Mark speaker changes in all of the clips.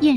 Speaker 1: 燕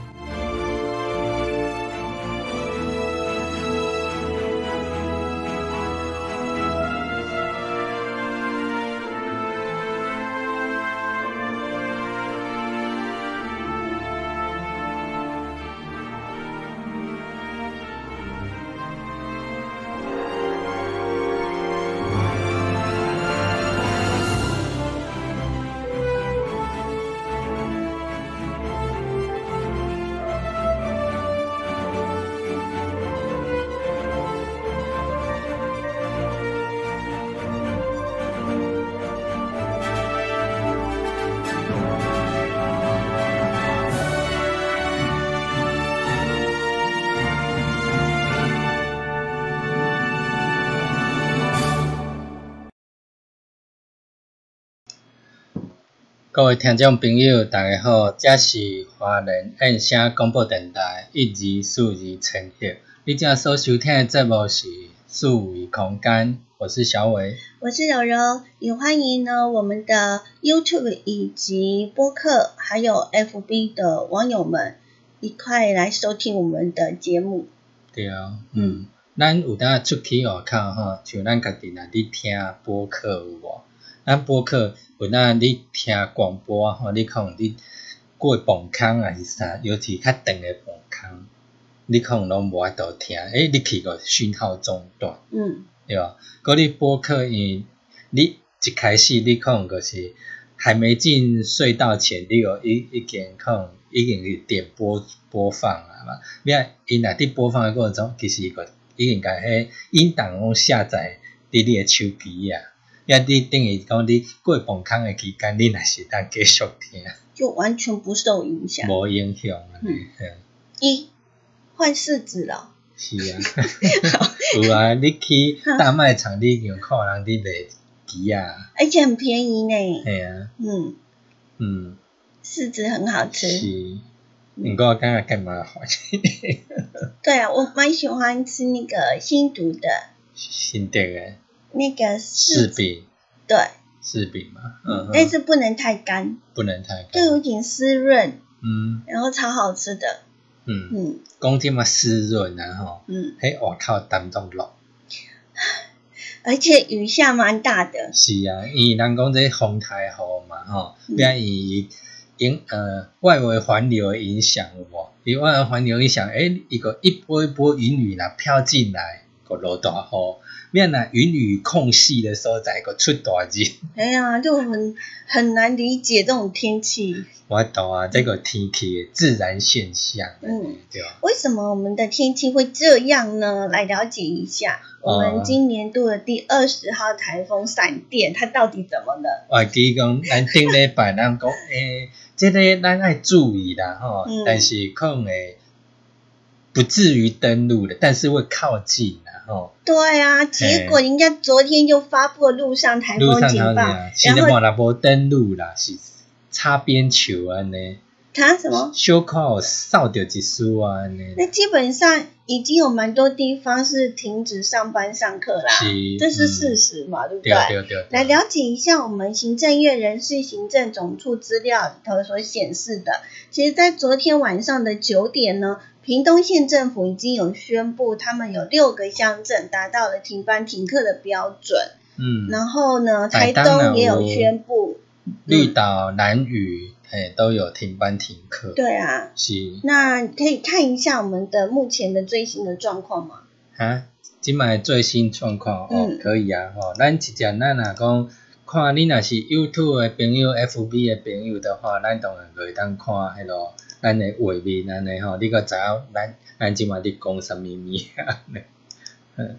Speaker 2: 各位听众朋友，大家好，这是华人燕声广播电台一二四二千赫。你正所收听的节目是《四维空间》，我是小伟。
Speaker 3: 我是柔柔，也欢迎呢我们的 YouTube 以及播客，还有 FB 的网友们一块来收听我们的节目。
Speaker 2: 对哦，嗯，咱有当出去外口吼，像咱家己若咧听播客有无？咱播客有当你听广播啊吼，你可能你过磅空啊是啥，尤其较长诶磅空，你可能拢无法度听，诶，你去个讯号中断。
Speaker 3: 嗯，
Speaker 2: 对吧？嗰你播客因，你一开始你可能就是还没进隧道前，你有已已经可能已经是点播播放啊嘛。你看因若伫播放诶过程中，其实个已经甲迄音档拢下载伫你诶手机啊。也你等于讲你过磅空诶期间，你若是当继续听，
Speaker 3: 就完全不受影响。
Speaker 2: 无影响安尼。嗯
Speaker 3: 一换柿子了，
Speaker 2: 是啊，有啊， 你去大卖场，你有看人伫卖机啊，
Speaker 3: 而且很便宜呢。
Speaker 2: 嘿啊，
Speaker 3: 嗯，
Speaker 2: 嗯，
Speaker 3: 柿子很好吃。
Speaker 2: 是，不过我感觉更麻烦，
Speaker 3: 对啊，我蛮喜欢吃那个新竹的
Speaker 2: 新得诶，
Speaker 3: 那个柿
Speaker 2: 柿
Speaker 3: 子，
Speaker 2: 饼，
Speaker 3: 对，
Speaker 2: 柿饼嘛，嗯
Speaker 3: 但
Speaker 2: 哼，
Speaker 3: 是不能太干，
Speaker 2: 不能太
Speaker 3: 就
Speaker 2: 干，
Speaker 3: 有点湿润，
Speaker 2: 嗯
Speaker 3: 然后超好吃的。
Speaker 2: 嗯，
Speaker 3: 嗯
Speaker 2: 讲这么湿润啊吼，
Speaker 3: 嗯，
Speaker 2: 迄外口淡冻落，
Speaker 3: 而且雨下蛮大的。
Speaker 2: 是啊，伊人讲这风太雨嘛吼，
Speaker 3: 嗯
Speaker 2: 变伊影呃外围环流的影响有无？伊外围环流影响，诶、伊个一波一波云雨若飘进来，个落大雨，变若云雨空隙的所在个出大日，
Speaker 3: 哎呀，就很很难理解这种天气，
Speaker 2: 我懂啊，这个天气的自然现象，
Speaker 3: 嗯，
Speaker 2: 对啊吧？
Speaker 3: 为什么我们的天气会这样呢？来了解一下，
Speaker 2: 哦
Speaker 3: 我们今年度的第二十号台风闪电，它到底怎么了？
Speaker 2: 我记讲，咱顶礼拜咱讲，诶、这个咱爱注意啦吼，
Speaker 3: 嗯
Speaker 2: 但是可能会不至于登陆的，但是会靠近啦吼。
Speaker 3: 对啊，结果人家昨天就发布了陆上台
Speaker 2: 路
Speaker 3: 风
Speaker 2: 上
Speaker 3: 警
Speaker 2: 头
Speaker 3: 报
Speaker 2: 尔，，是咧
Speaker 3: 然
Speaker 2: 无
Speaker 3: 后
Speaker 2: 啦，无登陆啦，是擦边球安尼，
Speaker 3: 它什么？
Speaker 2: 小可有扫着一丝啊安尼，
Speaker 3: 那基本上已经有蛮多地方是停止上班上课啦，
Speaker 2: 是
Speaker 3: 这是
Speaker 2: 嗯
Speaker 3: 事实嘛，对不啊
Speaker 2: 对对对，啊
Speaker 3: 来了解一下我们行政院人事行政总处资料里头所显示的。其实，在昨天晚上的九点呢，屏东县政府已经有宣布，他们有六个乡镇达到了停班停课的标准。
Speaker 2: 嗯，
Speaker 3: 然后呢，台
Speaker 2: 台东啊
Speaker 3: 东也有宣布，嗯
Speaker 2: 绿岛、南屿，哎，都有停班停课。，
Speaker 3: 对啊，
Speaker 2: 是
Speaker 3: 那可以看一下我们的目前的最新的状况吗？
Speaker 2: 啊，即卖最新状况哦
Speaker 3: 嗯，
Speaker 2: 可以啊，吼、咱直接咱若讲，看你若是 YouTube 的朋友、FB 的朋友的话，咱当然就会当看迄咯，咱的画面安尼吼，你个知影咱咱即卖咧讲啥物 物啊？嗯，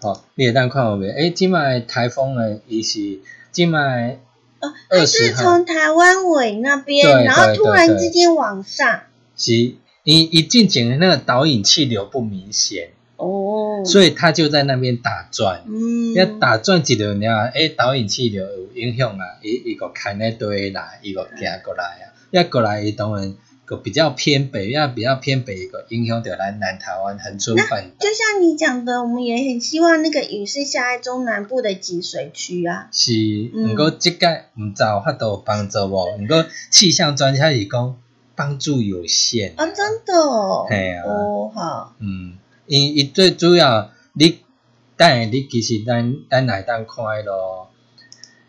Speaker 2: 吼、你会当看有袂？诶，即卖台风呢，伊是即卖
Speaker 3: 哦，它
Speaker 2: 二
Speaker 3: 是
Speaker 2: 十号
Speaker 3: 从台湾尾那边，
Speaker 2: 对
Speaker 3: 然后
Speaker 2: 对
Speaker 3: 突
Speaker 2: 对
Speaker 3: 然
Speaker 2: 对
Speaker 3: 之间往上。
Speaker 2: 是，伊伊进前的那个导引气流不明显，
Speaker 3: 哦，
Speaker 2: 所以它就在那边打转。
Speaker 3: 嗯，
Speaker 2: 要打转一轮了，诶，哎导引气流有影响啊，伊伊个牵咧对来，伊个行过来啊，要过来伊当然个比较偏北，要比较偏北个影响着咱南台湾恒春半岛
Speaker 3: 就像你讲的，我们也很希望那个雨是下在中南部的集水区啊。
Speaker 2: 是，
Speaker 3: 嗯
Speaker 2: 毋过即届毋知有法度有帮助无，毋过气象专家是讲帮助有限。
Speaker 3: 啊，真的哦。
Speaker 2: 嘿啊
Speaker 3: 哦，好。
Speaker 2: 嗯，伊伊最主要，你等下你其实咱咱来当看迄咯，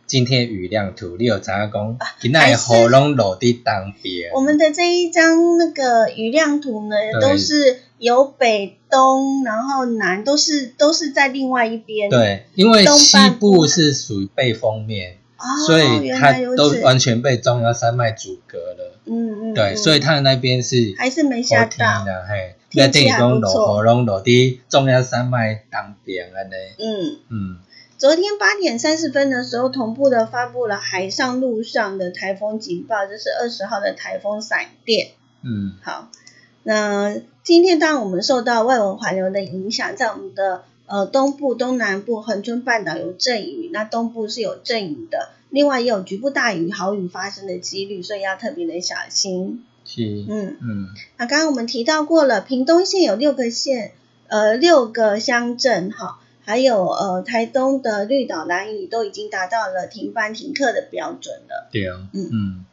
Speaker 2: 今天雨量图，你有知影讲，今仔
Speaker 3: 还
Speaker 2: 的
Speaker 3: 是
Speaker 2: 雨拢落伫东边。
Speaker 3: 啊我们的这一张那个雨量图呢，
Speaker 2: 对
Speaker 3: 都是由北东，然后南都是都是在另外一边。。
Speaker 2: 对，因为
Speaker 3: 东
Speaker 2: 西
Speaker 3: 半部
Speaker 2: 部是属于背风面，
Speaker 3: 哦，
Speaker 2: 所以
Speaker 3: 原
Speaker 2: 它
Speaker 3: 来如
Speaker 2: 都
Speaker 3: 此。
Speaker 2: 完全被中央山脉阻隔了。
Speaker 3: 嗯嗯。
Speaker 2: 对，
Speaker 3: 嗯
Speaker 2: 所以它那边是
Speaker 3: 还是没下到。
Speaker 2: 的，嘿，
Speaker 3: 天气还不
Speaker 2: 讲落
Speaker 3: 错
Speaker 2: 雨拢落伫中央山脉东边安尼。
Speaker 3: 嗯。
Speaker 2: 嗯，
Speaker 3: 昨天八点三十分的时候，同步的发布了海上陆上的台风警报，这是二十号的台风闪电。
Speaker 2: 嗯，
Speaker 3: 好，那今天当然我们受到外围环流的影响，在我们的呃东部、东南部、恒春半岛有阵雨，那东部是有阵雨的，另外也有局部大雨、豪雨发生的几率，所以要特别的小心。
Speaker 2: 是，
Speaker 3: 嗯，
Speaker 2: 嗯，
Speaker 3: 那刚刚我们提到过了，屏东县有六个县，呃，六个乡镇哈。还有呃，台东的绿岛、蓝屿都已经达到了停班停课的标准了。
Speaker 2: 对，嗯，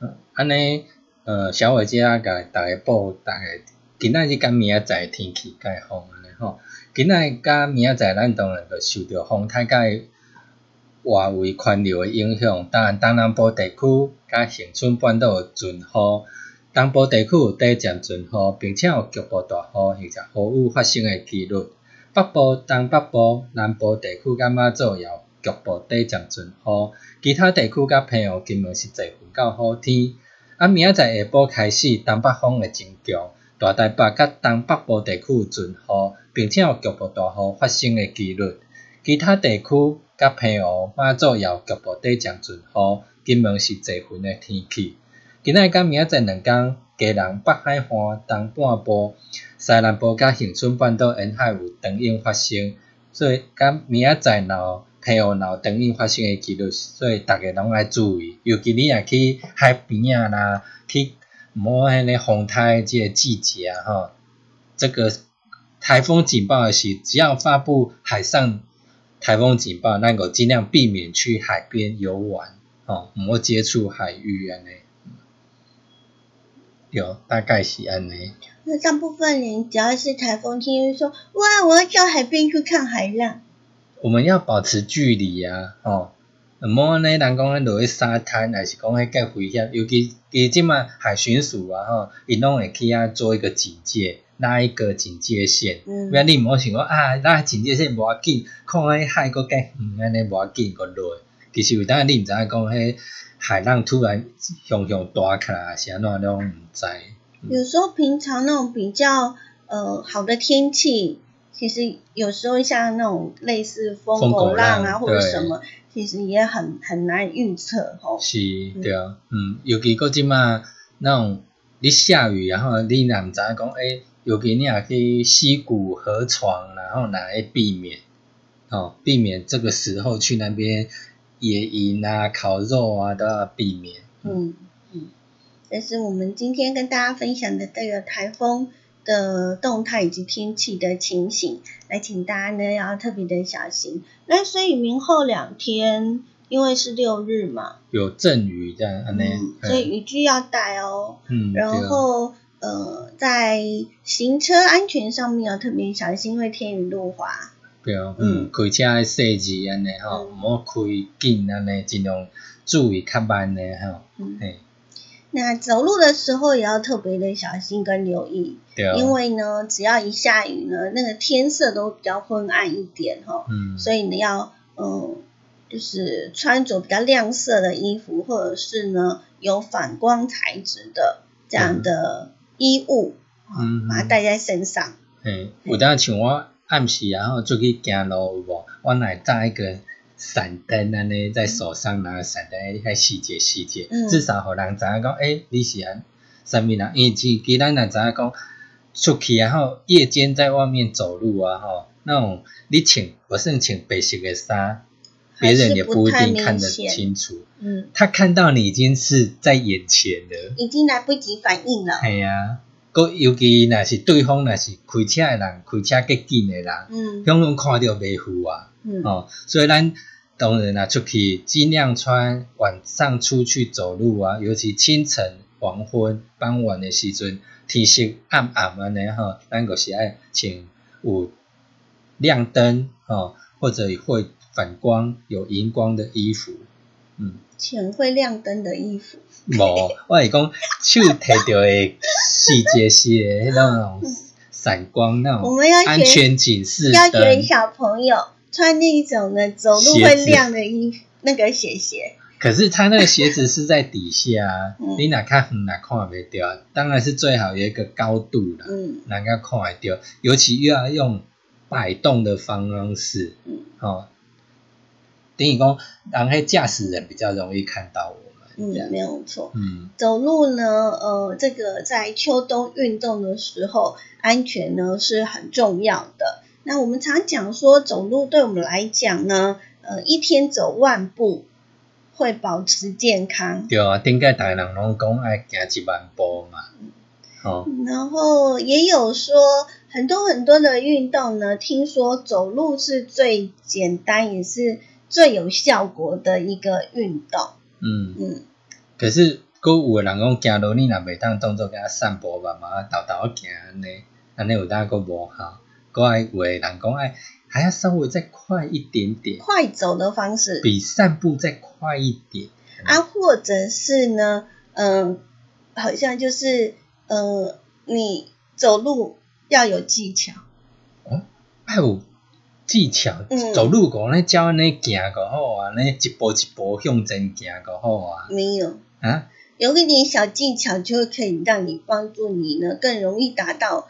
Speaker 2: 嗯，安尼，呃，小伟姐啊，甲大家报，大家今仔日甲明仔载天气概好安尼吼。今仔甲明仔载，咱当然就受到风太甲外围环流的影响，当然东南部地区甲恒春半岛有阵雨，东部地区有短暂阵雨，并且有局部大雨或者雨雨发生的几率。北部、东北部、南部地区甲马祖也有局部短暂阵雨。其他地区甲平阳、金门是侪云到好天。啊，明仔载下晡开始，东北风会增强，大台北甲东北部地区有阵雨，并且有局部大雨发生的几率。其他地区甲平阳、马祖也有局部短暂阵雨，金门是侪云的天气。今仔甲明仔载两天，家人北海岸东半部、西南部甲恒春半岛沿海有长影发生。所以甲明仔载闹配偶闹等应发生诶几率，所以逐个拢爱注意。尤其你若去海边啊啦，去摸迄个风台即个季节啊吼，这个台风警报诶时，只要发布海上台风警报，咱个尽量避免去海边游玩吼，毋好接触海域安尼。有大概是安尼，
Speaker 3: 那大部分人只要是台风天，就说哇，我要到海边去看海浪。
Speaker 2: 我们要保持距离啊，吼、毋好安尼，人讲咱落去沙滩，还是讲迄个危险，尤其伊即马海巡署啊，吼，伊拢会去遐做一个警戒，拉一个警戒线。
Speaker 3: 嗯
Speaker 2: 不，然你毋好想讲啊，拉警戒线无要紧，看迄海佫较远安尼无要紧，佫落。其实有当你毋知影讲迄海浪突然向向大起来，是安怎拢毋知。
Speaker 3: 有时候平常那种比较呃好的天气，其实有时候像那种类似疯
Speaker 2: 疯
Speaker 3: 狗
Speaker 2: 狗
Speaker 3: 浪
Speaker 2: 浪
Speaker 3: 啊或者
Speaker 2: 对
Speaker 3: 什么，其实也很很难预测吼。
Speaker 2: 是，对啊，嗯，尤其搁即马那种你下雨，然后你若毋知影讲，诶、尤其你若去溪谷、河床，然后哪会避免，哦，避免这个时候去那边野营啊、烤肉啊都要避免。
Speaker 3: 嗯嗯，这是我们今天跟大家分享的这个台风的动态以及天气的情形，来请大家呢要特别的小心。那所以明后两天因为是六日嘛，
Speaker 2: 有阵雨这样安尼、
Speaker 3: 嗯，所以雨具要带哦。
Speaker 2: 嗯，嗯，对
Speaker 3: 然
Speaker 2: 啊，
Speaker 3: 后呃，在行车安全上面要特别小心，因为天雨路滑。
Speaker 2: 对哦，
Speaker 3: 嗯
Speaker 2: 嗯，开车爱细字安尼吼，
Speaker 3: 嗯
Speaker 2: 毋好开紧安尼，尽量注意较慢诶吼，
Speaker 3: 嗯
Speaker 2: 嘿，
Speaker 3: 那走路的时候也要特别的小心跟留意，
Speaker 2: 对哦，
Speaker 3: 因为呢，只要一下雨呢，那个天色都比较昏暗一点哈、
Speaker 2: 嗯，
Speaker 3: 所以呢要嗯，就是穿着比较亮色的衣服，或者是呢有反光材质的这样的衣物，啊
Speaker 2: 嗯
Speaker 3: 把它带在身上。
Speaker 2: 嘿，有当像我暗时然后出去行路有无？我乃带一个闪灯安尼在手上，然后闪灯遐细节细节
Speaker 3: 嗯，
Speaker 2: 至少互人知影讲，诶、你是安啥物人？因为其实咱也知影讲，出去然后夜间在外面走路啊吼，那种你穿不算穿白色的衫，别
Speaker 3: 还是
Speaker 2: 人也
Speaker 3: 不
Speaker 2: 不一
Speaker 3: 太
Speaker 2: 定
Speaker 3: 明
Speaker 2: 看得
Speaker 3: 显
Speaker 2: 清楚。
Speaker 3: 嗯，
Speaker 2: 他看到你已经是在眼前了。
Speaker 3: 已经来不及反应了。
Speaker 2: 系啊，佮尤其若是对方若是开车诶人，开车较紧诶人，
Speaker 3: 嗯
Speaker 2: 拢拢看着袂赴啊，
Speaker 3: 嗯
Speaker 2: 哦，所以咱当然啦，出去尽量穿晚上出去走路啊，尤其清晨、黄昏、傍晚诶时阵，天色暗暗安尼吼，咱就是爱穿有亮灯哦，或者会反光、有荧光的衣服，嗯。
Speaker 3: 浅会亮灯的衣服。
Speaker 2: 无，我是讲手摕着的细节是的那种闪光那
Speaker 3: 我
Speaker 2: 种
Speaker 3: 们要
Speaker 2: 哦安
Speaker 3: 学
Speaker 2: 全警示
Speaker 3: 要
Speaker 2: 灯
Speaker 3: 学，小朋友穿那种呢走路
Speaker 2: 鞋
Speaker 3: 会
Speaker 2: 子
Speaker 3: 亮的衣服，那个鞋鞋。
Speaker 2: 可是他那个鞋子是在底下啊
Speaker 3: 嗯，
Speaker 2: 你若较远若看袂到，当然是最好有一个高度啦，
Speaker 3: 嗯
Speaker 2: 人家看会到，尤其又要用摆动的方式
Speaker 3: 嗯，
Speaker 2: 哦，等于讲人迄驾驶人比较容易看到我们，这样
Speaker 3: 嗯，没有错。
Speaker 2: 嗯
Speaker 3: 走路呢，呃，这个在秋冬运动的时候，安全呢是很重要的。那我们常讲说，走路对我们来讲呢，呃，一天走万步会保持健康，
Speaker 2: 对啊，顶个大家人拢讲爱行一万步嘛，
Speaker 3: 嗯
Speaker 2: 哦，
Speaker 3: 然后也有说很多很多的运动呢，听说走路是最简单也是最有效果的一个运动。
Speaker 2: 嗯。
Speaker 3: 嗯，
Speaker 2: 可是，佫有诶人讲行路，你若袂当当做甲散步慢慢豆豆仔行安尼，安尼有当佫无效。佫爱有诶人讲爱，还要稍微再快一点点，
Speaker 3: 快走的方式
Speaker 2: 比散步再快一点。
Speaker 3: 啊，或者是呢，嗯、好像就是呃，你走路要有技巧，
Speaker 2: 还有技巧，
Speaker 3: 嗯
Speaker 2: 走路讲咧，照安尼行就好啊，安尼一步一步向前行就好啊。
Speaker 3: 没有
Speaker 2: 啊，
Speaker 3: 有一点小技巧，就会可以让你帮助你呢，更容易达到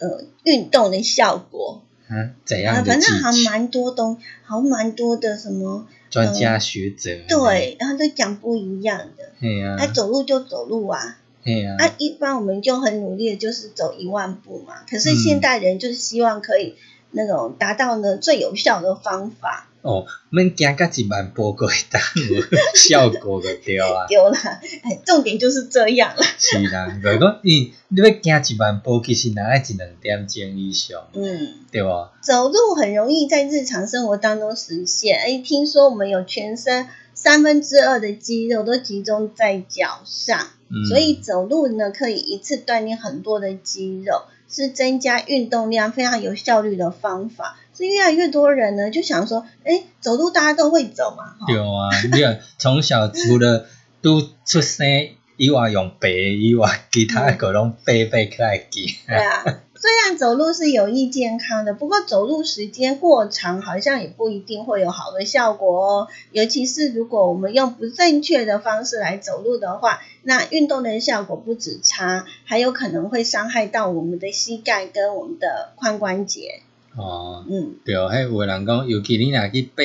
Speaker 3: 呃运动的效果。
Speaker 2: 啊，怎
Speaker 3: 啊，
Speaker 2: 样的
Speaker 3: 反
Speaker 2: 技
Speaker 3: 正还
Speaker 2: 巧？嗯
Speaker 3: 蛮多东，还蛮多的什么，
Speaker 2: 专家学者。，
Speaker 3: 对，然后都讲不一样的。
Speaker 2: 嘿啊
Speaker 3: 啊，，走路就走路啊，
Speaker 2: 嘿啊，
Speaker 3: 啊，一般我们就很努力的就是走一万步嘛。
Speaker 2: 嗯
Speaker 3: 可是现代人就是希望可以那种达到呢最有效的方法，
Speaker 2: 哦，免行到一万步佫会当有效果就对啊。
Speaker 3: 丢啦，哎，重点就是这样啦。
Speaker 2: 是啦，就是讲你你要行一万步，其实若要一两点钟以上，
Speaker 3: 嗯，
Speaker 2: 对无？
Speaker 3: 走路很容易在日常生活当中实现。哎，听说我们有全身三分之二的肌肉都集中在脚上，
Speaker 2: 嗯，
Speaker 3: 所以走路呢可以一次锻炼很多的肌肉，是增加运动量非常有效率的方法。所以越来越多人呢就想说，哎，走路大家都会走嘛，哈
Speaker 2: 对啊，你要从小除了拄出生以外用爬的以外，其他个拢爬爬起来行。
Speaker 3: 对啊，虽然走路是有益健康的，不过走路时间过长好像也不一定会有好的效果哦。尤其是如果我们用不正确的方式来走路的话，那运动的效果不止差，还有可能会伤害到我们的膝盖跟我们的髋关节。
Speaker 2: 哦，
Speaker 3: 嗯，
Speaker 2: 对，迄有的人讲，尤其你若去爬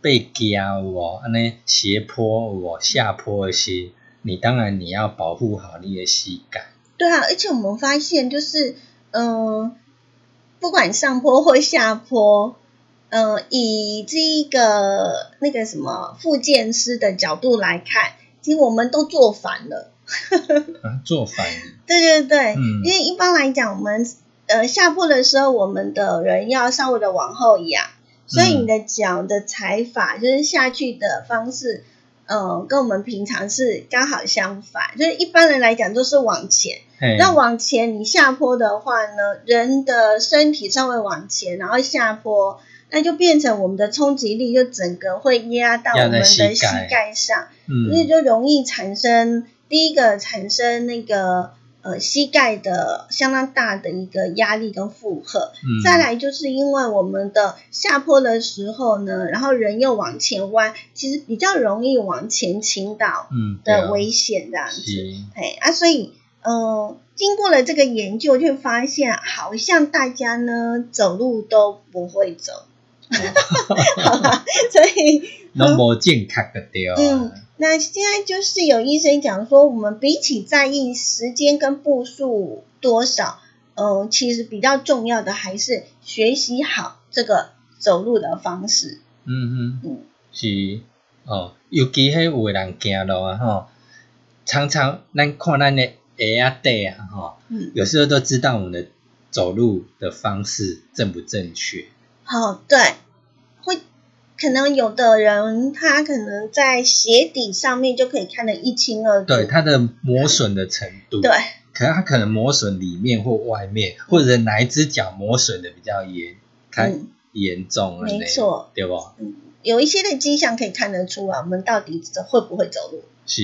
Speaker 2: 爬行有无？安尼斜坡有无？下坡的时，你当然你要保护好你的膝盖。
Speaker 3: 对啊，而且我们发现就是，嗯、不管上坡 或下坡。呃，以这个那个什么复健师的角度来看，其实我们都做反了。
Speaker 2: 啊，做反
Speaker 3: 对对对，
Speaker 2: 嗯
Speaker 3: 因为一般来讲，我们呃下坡的时候，我们的人要稍微的往后仰，所以你的脚的踩法就是下去的方式，呃，跟我们平常是刚好相反，就是一般人来讲都是往前。
Speaker 2: 嘿，
Speaker 3: 那往前你下坡的话呢，人的身体稍微往前，然后下坡，那就变成我们的冲击力就整个会压到我
Speaker 2: 压在
Speaker 3: 们的
Speaker 2: 膝盖
Speaker 3: 膝盖上，所以
Speaker 2: 嗯，
Speaker 3: 就容易产生第一个产生那个呃膝盖的相当大的一个压力跟负荷。
Speaker 2: 嗯
Speaker 3: 再来就是因为我们的下坡的时候呢，然后人又往前弯，其实比较容易往前倾倒
Speaker 2: 嗯对啊
Speaker 3: 的危险这样子。
Speaker 2: 是
Speaker 3: 哎啊，所以呃，经过了这个研究，就发现好像大家呢走路都不会走， 好吧？所以
Speaker 2: 拢无正确个对啊，
Speaker 3: 嗯那现在就是有医生讲说，我们比起在意时间跟步数多少，呃，其实比较重要的还是学习好这个走路的方式。
Speaker 2: 嗯哼
Speaker 3: 嗯，
Speaker 2: 是哦，尤其迄有诶人行路啊吼，常常咱看咱诶鞋啊底啊吼，
Speaker 3: 嗯，
Speaker 2: 有时候都知道我们的走路的方式正不正确，
Speaker 3: 好、对，会可能有的人他可能在鞋底上面就可以看得一清二楚。
Speaker 2: 对它的磨损的程度，
Speaker 3: 嗯对，
Speaker 2: 可能它可能磨损里面或外面，或者哪一只脚磨损的比较严，太
Speaker 3: 嗯
Speaker 2: 严重了呢，
Speaker 3: 没错，
Speaker 2: 对不？
Speaker 3: 有一些的迹象可以看得出啊，我们到底走会不会走路？
Speaker 2: 是，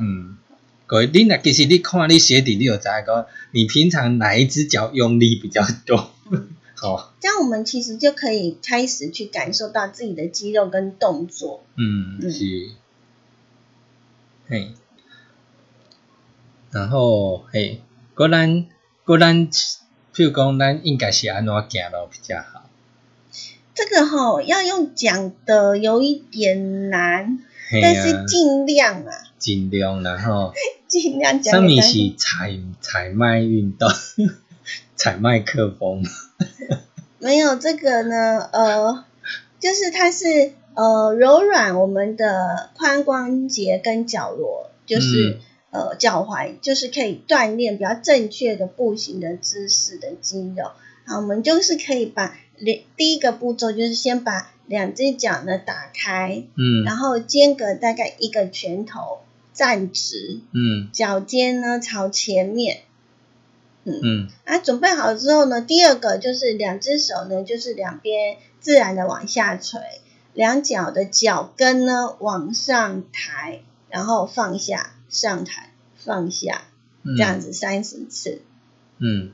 Speaker 2: 嗯，各位，你若其实你看你鞋底，你就知道讲，你平常哪一只脚用力比较 多，好，
Speaker 3: 这样我们其实就可以开始去感受到自己的肌肉跟动作。
Speaker 2: 嗯，
Speaker 3: 嗯
Speaker 2: 是，嘿，然后嘿，果咱果咱，譬如讲，咱应该是安怎行路比较好，
Speaker 3: 这个哈、要用讲的有一点难，
Speaker 2: 嘿
Speaker 3: 但
Speaker 2: 啊
Speaker 3: 是，尽量啊，
Speaker 2: 尽量啦 吼，
Speaker 3: 尽量
Speaker 2: 上
Speaker 3: 讲给
Speaker 2: 面
Speaker 3: 大家。
Speaker 2: 是采采麦运动， 采麦克风，
Speaker 3: 没有这个呢，呃，就是它是呃柔软我们的髋关节跟角螺，就是、呃脚踝，就是可以锻炼比较正确的步行的姿势的肌肉。啊，我们就是可以把两第一个步骤就是先把两只脚呢打开，
Speaker 2: 嗯
Speaker 3: 然后间隔大概一个拳头站直，
Speaker 2: 嗯
Speaker 3: 脚尖呢朝前面，
Speaker 2: 嗯
Speaker 3: 啊，准备好之后呢，第二个就是两只手呢，就是两边自然的往下垂，两脚的脚跟呢往上抬，然后放下，上抬，放下，
Speaker 2: 嗯，
Speaker 3: 这样子三十次。
Speaker 2: 嗯，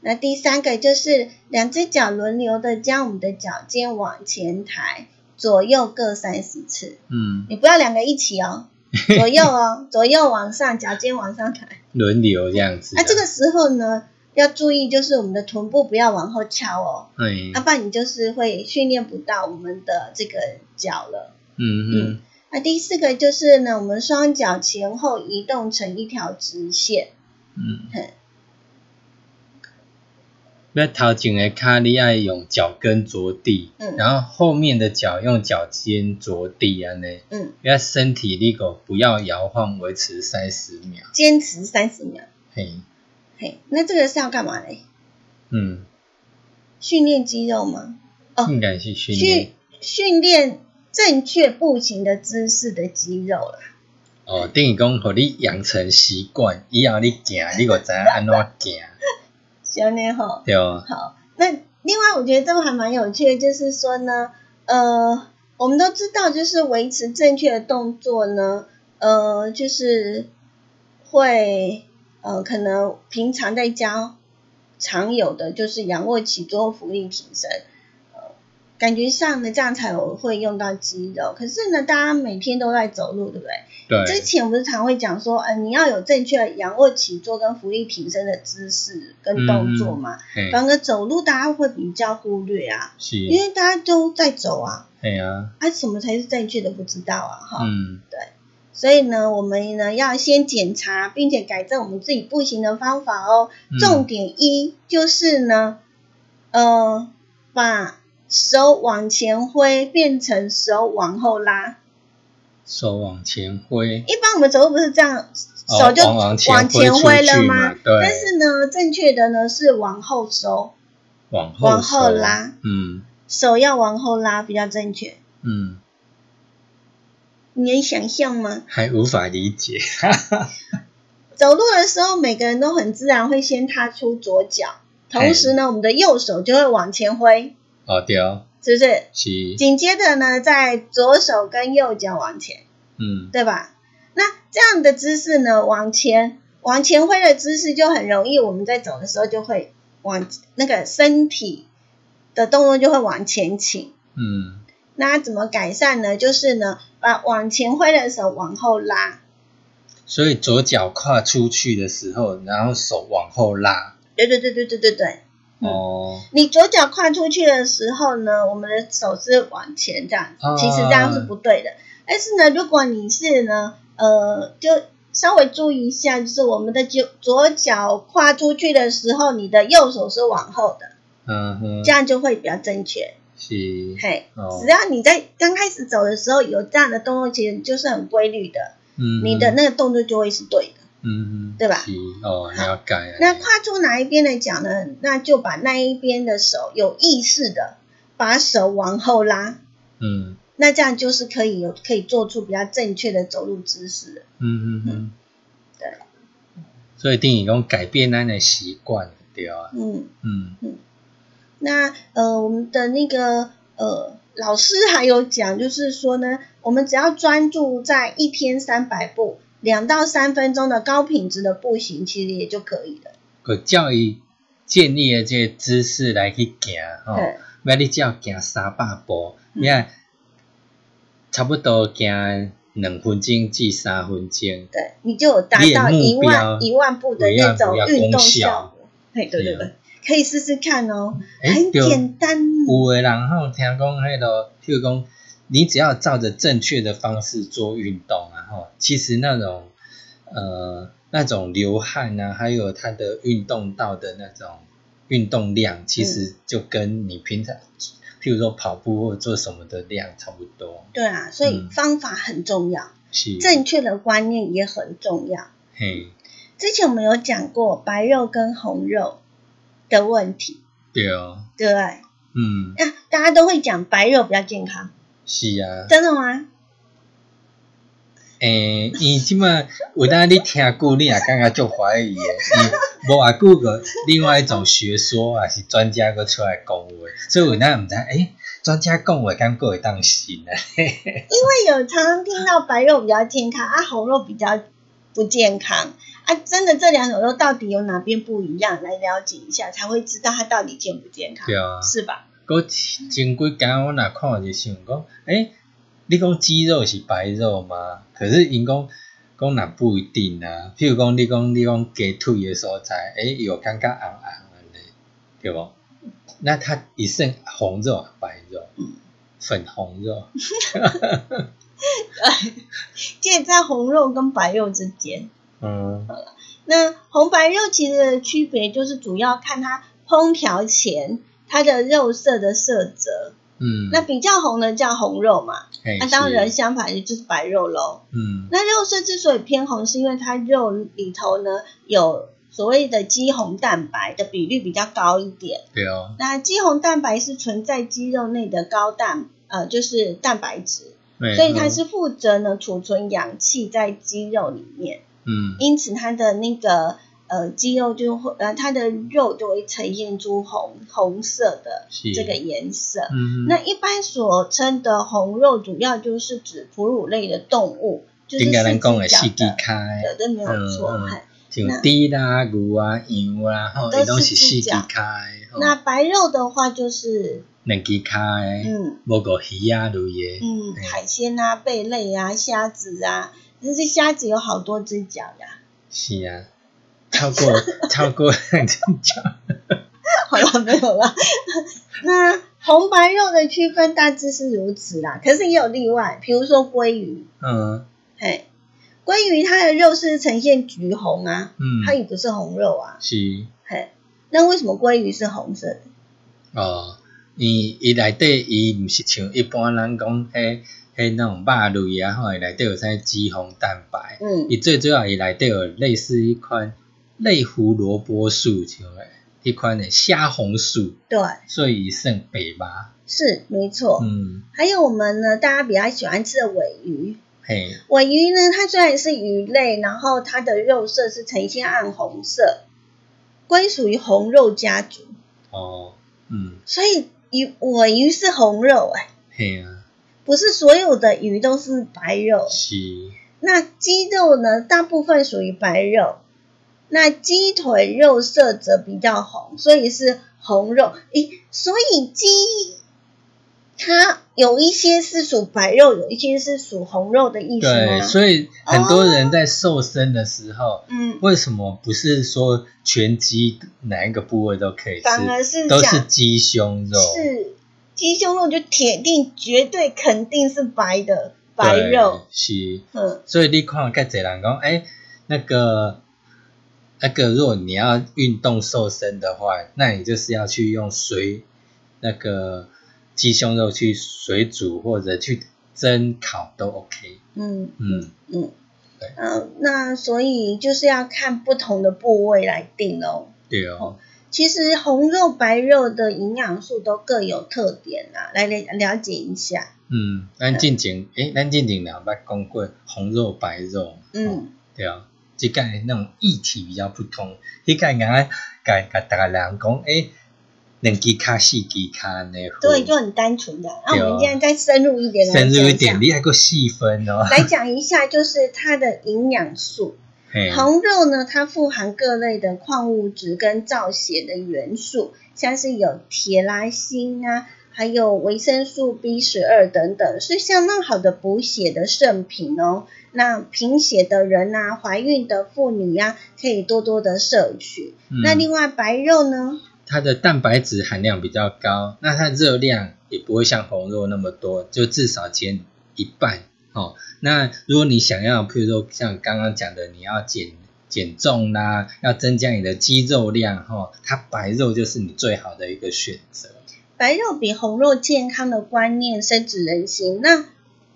Speaker 3: 那第三个就是两只脚轮流的将我们的脚尖往前抬，左右各三十次。
Speaker 2: 嗯。
Speaker 3: 你不要两个一起哦，左右哦，左右往上，脚尖往上抬。
Speaker 2: 轮流这样子
Speaker 3: 那、
Speaker 2: 啊。
Speaker 3: 这个时候呢，要注意就是我们的臀部不要往后翘哦。
Speaker 2: 哎，
Speaker 3: 要不然你就是会训练不到我们的这个脚了。
Speaker 2: 嗯嗯
Speaker 3: 那第四个就是呢，我们双脚前后移动成一条直线，
Speaker 2: 嗯
Speaker 3: 嘿。
Speaker 2: 要头前的脚，你爱用脚跟着地，
Speaker 3: 嗯
Speaker 2: 然后后面的脚用脚尖着地安尼。
Speaker 3: 嗯，
Speaker 2: 要身体你个不要摇晃，维持三十秒。
Speaker 3: 坚持三十秒。
Speaker 2: 嘿，
Speaker 3: 嘿，那这个是要干嘛嘞？
Speaker 2: 嗯，
Speaker 3: 训练肌肉吗？哦
Speaker 2: 应该是训练
Speaker 3: 训训练正确步行的姿势的肌肉啦。
Speaker 2: 哦，等于讲，互你养成习惯，以后你行，你个知影安怎行，
Speaker 3: 行嘞吼。
Speaker 2: 对吧？
Speaker 3: 好，那另外我觉得这个还蛮有趣的，就是说呢，呃，我们都知道，就是维持正确的动作呢，呃，就是会呃，可能平常在家常有的就是仰卧起坐、浮力挺身。呃感觉上呢，这样才有会用到肌肉。可是呢，大家每天都在走路，对不对？
Speaker 2: 对，
Speaker 3: 之前不是常会讲说，呃，你要有正确的仰卧起坐跟浮力挺身的姿势跟动作嘛。
Speaker 2: 嘿，
Speaker 3: 反而走路大家会比较忽略啊，
Speaker 2: 是，
Speaker 3: 因为大家都在走啊，
Speaker 2: 嘿啊，
Speaker 3: 啊，什么才是正确的不知道啊，哈、
Speaker 2: 嗯
Speaker 3: 所以呢，我们呢要先检查，并且改正我们自己步行的方法哦。
Speaker 2: 嗯
Speaker 3: 重点一就是呢，呃，把手往前挥变成手往后拉。
Speaker 2: 手往前挥，
Speaker 3: 一般我们走路不是这样，
Speaker 2: 哦
Speaker 3: 手就
Speaker 2: 往往前
Speaker 3: 前
Speaker 2: 挥
Speaker 3: 挥
Speaker 2: 出
Speaker 3: 了
Speaker 2: 去
Speaker 3: 吗
Speaker 2: 嘛？对
Speaker 3: 但是呢，正确的呢是往后收，
Speaker 2: 往后
Speaker 3: 往后
Speaker 2: 收
Speaker 3: 拉，
Speaker 2: 嗯
Speaker 3: 手要往后拉比较正确。
Speaker 2: 嗯，
Speaker 3: 你能想象吗？
Speaker 2: 还无法理解，
Speaker 3: 走路的时候，每个人都很自然会先踏出左脚，同时呢，我们的右手就会往前挥，
Speaker 2: 哦对，
Speaker 3: 是不是？
Speaker 2: 是，
Speaker 3: 紧接着呢，在左手跟右脚往前，
Speaker 2: 嗯
Speaker 3: 对吧？那这样的姿势呢，往前往前挥的姿势就很容易，我们在走的时候就会往那个身体的动作就会往前倾。
Speaker 2: 嗯
Speaker 3: 那怎么改善呢？就是呢，把往前挥的手往后拉，
Speaker 2: 所以左脚跨出去的时候，然后手往后拉，
Speaker 3: 对对对对对对对。嗯
Speaker 2: 哦，
Speaker 3: 你左脚跨出去的时候呢，我们的手是往前这样子
Speaker 2: 啊，
Speaker 3: 其实这样是不对的。但是呢，如果你是呢，呃，就稍微注意一下，就是我们的左左脚跨出去的时候，你的右手是往后的，
Speaker 2: 嗯哼
Speaker 3: 这，样就会比较正确。
Speaker 2: 是，
Speaker 3: 嘿，
Speaker 2: 哦
Speaker 3: 只要你在刚开始走的时候有这样的动作，其实就是很规律的，
Speaker 2: 嗯，
Speaker 3: 你的，那个动作就会是对的。
Speaker 2: 嗯哼，
Speaker 3: 对吧
Speaker 2: 是，哦，了解，
Speaker 3: 那跨出哪一边的脚呢？那就把那一边的手有意识的把手往后拉。
Speaker 2: 嗯
Speaker 3: 那这样就是可以有可以做出比较正确的走路姿势了。
Speaker 2: 嗯嗯嗯，
Speaker 3: 对，
Speaker 2: 所以等于讲改变咱的习惯，对啊，
Speaker 3: 嗯，
Speaker 2: 嗯
Speaker 3: 那呃，我们的那个呃老师还有讲，就是说呢，我们只要专注在一天三百步，两到三分钟的高品质的步行，其实也就可以了。
Speaker 2: 个照伊建立的这个姿势来去行吼，
Speaker 3: 对，
Speaker 2: 要你只要行三百步，
Speaker 3: 嗯
Speaker 2: 你看差不多行两分钟至三分钟，
Speaker 3: 对，你就有达到
Speaker 2: 你
Speaker 3: 一
Speaker 2: 的目标
Speaker 3: 万一万步的那种
Speaker 2: 不要不要
Speaker 3: 运动
Speaker 2: 功效
Speaker 3: 效果。对对
Speaker 2: 对
Speaker 3: 对
Speaker 2: 啊
Speaker 3: 对，可以试试看哦，
Speaker 2: 诶
Speaker 3: 很
Speaker 2: 对
Speaker 3: 简单。
Speaker 2: 哎有诶人吼，听讲迄个，譬如讲，你只要照着正确的方式做运动啊，吼，其实那种呃那种流汗啊，还有它的运动到的那种运动
Speaker 3: 嗯
Speaker 2: 量，其实就跟你平常，譬如说跑步或做什么的量差不多。
Speaker 3: 对啊，所以
Speaker 2: 嗯
Speaker 3: 方法很重要，
Speaker 2: 是，
Speaker 3: 正确的观念也很重要。
Speaker 2: 嘿，
Speaker 3: 之前我们有讲过白肉跟红肉的问题，
Speaker 2: 对哦，
Speaker 3: 对不对？
Speaker 2: 嗯，
Speaker 3: 那大家都会讲白肉比较健康，
Speaker 2: 是啊，
Speaker 3: 真的吗？
Speaker 2: 诶，伊即马有当你听久，你也感觉足怀疑诶。伊无偌久个另外一种学说啊，是专家个出来讲话，所以有当毋知诶，专家讲话感觉会当信啊。
Speaker 3: 因为有常常听到白肉比较健康，啊，红肉比较不健康，啊，真的这两种肉到底有哪边不一样？来了解一下，才会知道它到底健不健康，
Speaker 2: 对啊，
Speaker 3: 是吧？
Speaker 2: 过前几工我若看就想讲，诶，你讲鸡肉是白肉吗？可是因讲讲若不一定啊。譬如讲你讲你讲鸡腿诶所在，诶，伊有感觉红红安尼，对无？那它也算红肉啊，白肉？粉红肉，
Speaker 3: 介在红肉跟白肉之间。
Speaker 2: 嗯
Speaker 3: 那红白肉其实的区别就是主要看它烹调前它的肉色的色泽，
Speaker 2: 嗯，
Speaker 3: 那比较红的叫红肉嘛，
Speaker 2: 嘿
Speaker 3: 那、当然
Speaker 2: 是
Speaker 3: 相反的就是白肉喽。
Speaker 2: 嗯
Speaker 3: 那肉色之所以偏红，是因为它肉里头呢有所谓的肌红蛋白的比率比较高一点。
Speaker 2: 对哦，
Speaker 3: 那肌红蛋白是存在肌肉内的高蛋呃就是蛋白质，
Speaker 2: 没
Speaker 3: 所以它
Speaker 2: 错
Speaker 3: 是负责呢储存氧气在肌肉里面，
Speaker 2: 嗯
Speaker 3: 因此它的那个呃肌肉就会呃它的肉就会呈现出红红色的
Speaker 2: 是
Speaker 3: 这个颜色。
Speaker 2: 嗯
Speaker 3: 那一般所称的红肉，主要就是指哺乳类的动物，就是
Speaker 2: 顶
Speaker 3: 四
Speaker 2: 个
Speaker 3: 只
Speaker 2: 人
Speaker 3: 脚
Speaker 2: 讲
Speaker 3: 的，
Speaker 2: 的四肢开，
Speaker 3: 对，这没有错。哎
Speaker 2: 嗯嗯
Speaker 3: 嗨那
Speaker 2: 像猪啦、牛啊、羊啊，吼，
Speaker 3: 都
Speaker 2: 伊拢是
Speaker 3: 是
Speaker 2: 四
Speaker 3: 四
Speaker 2: 肢
Speaker 3: 脚
Speaker 2: 开，吼
Speaker 3: 那白肉的话，就是
Speaker 2: 两肢开，
Speaker 3: 嗯
Speaker 2: 无个鱼啊类的，
Speaker 3: 嗯
Speaker 2: 嘿
Speaker 3: 海鲜啊、贝类啊、虾子啊，但是虾子有好多只脚呀。
Speaker 2: 是啊，超过超过两只脚，
Speaker 3: 好了，没有了。那红白肉的区分大致是如此啦，可是也有例外，比如说鲑鱼，
Speaker 2: 嗯
Speaker 3: 嘿，鲑鱼它的肉是呈现橘红啊，它
Speaker 2: 嗯，
Speaker 3: 也不是红肉啊。
Speaker 2: 是
Speaker 3: 嘿，那为什么鲑鱼是红色的？
Speaker 2: 哦，伊伊内底伊毋是像一般人讲迄迄那种肉类啊，吼，伊内底有啥脂肪蛋白。
Speaker 3: 嗯
Speaker 2: 伊最主要伊内底有类似一款类胡萝卜素像诶，迄款诶虾红素，
Speaker 3: 对，
Speaker 2: 所以伊算白吧。
Speaker 3: 是没错。
Speaker 2: 嗯，
Speaker 3: 还有我们呢，大家比较喜欢吃的尾鱼，
Speaker 2: 嘿，
Speaker 3: 尾鱼呢，它虽然是鱼类，然后它的肉色是呈现暗红色，归属于红肉家族，
Speaker 2: 哦，嗯，
Speaker 3: 所以鱼尾鱼是红肉哎、
Speaker 2: 嘿啊，
Speaker 3: 不是所有的鱼都是白肉。
Speaker 2: 是，
Speaker 3: 那鸡肉呢，大部分属于白肉。那鸡腿肉色则比较红，所以是红肉。诶，所以鸡它有一些是属白肉，有一些是属红肉的意思
Speaker 2: 对，
Speaker 3: 吗？哦
Speaker 2: 所以很多人在瘦身的时候，
Speaker 3: 嗯，
Speaker 2: 为什么不是说全鸡哪一个部位都可以
Speaker 3: 反而
Speaker 2: 吃，
Speaker 3: 是
Speaker 2: 都
Speaker 3: 这
Speaker 2: 是
Speaker 3: 样
Speaker 2: 鸡胸肉？
Speaker 3: 是鸡胸肉就铁定绝对肯定是白的白
Speaker 2: 对
Speaker 3: 肉，
Speaker 2: 是。
Speaker 3: 嗯，
Speaker 2: 所以你看，看侪人讲，哎、那个那个，如果你要运动瘦身的话，那你就是要去用水那个鸡胸肉去水煮或者去蒸烤都 OK。
Speaker 3: 嗯
Speaker 2: 嗯，
Speaker 3: 呃，那所以就是要看不同的部位来定喽。
Speaker 2: 对哦，
Speaker 3: 其实红肉、白肉的营养素都各有特点啊，来了了解一下。
Speaker 2: 嗯，咱进前，哎、咱进前两捌讲过红肉白肉，哦，
Speaker 3: 嗯，
Speaker 2: 对啊，即个那种议题比较不同，迄个人甲甲大家人讲，哎、两支卡四支卡呢？
Speaker 3: 对，就很单纯的。那、
Speaker 2: 对
Speaker 3: 我
Speaker 2: 哦
Speaker 3: 们现在再深入一点来
Speaker 2: 深
Speaker 3: 讲
Speaker 2: 入一
Speaker 3: 一
Speaker 2: 点，
Speaker 3: 下，
Speaker 2: 你还够细分哦。
Speaker 3: 来讲一下就是它的营养素。
Speaker 2: 嘿
Speaker 3: 红肉呢，它富含各类的矿物质跟造血的元素，像是有铁啦、锌啊，还有维生素 B 十二等等，是相当好的补血的圣品哦。那贫血的人呐、怀孕的妇女呀、可以多多的摄取。
Speaker 2: 嗯
Speaker 3: 那另外白肉呢，
Speaker 2: 它的蛋白质含量比较高，那它的热量也不会像红肉那么多，就至少减一半哦。那如果你想要，譬如说像刚刚讲的，你要减减重啦，要增加你的肌肉量哈、哦，它白肉就是你最好的一个选择。
Speaker 3: 白肉比红肉健康的观念深植人心。那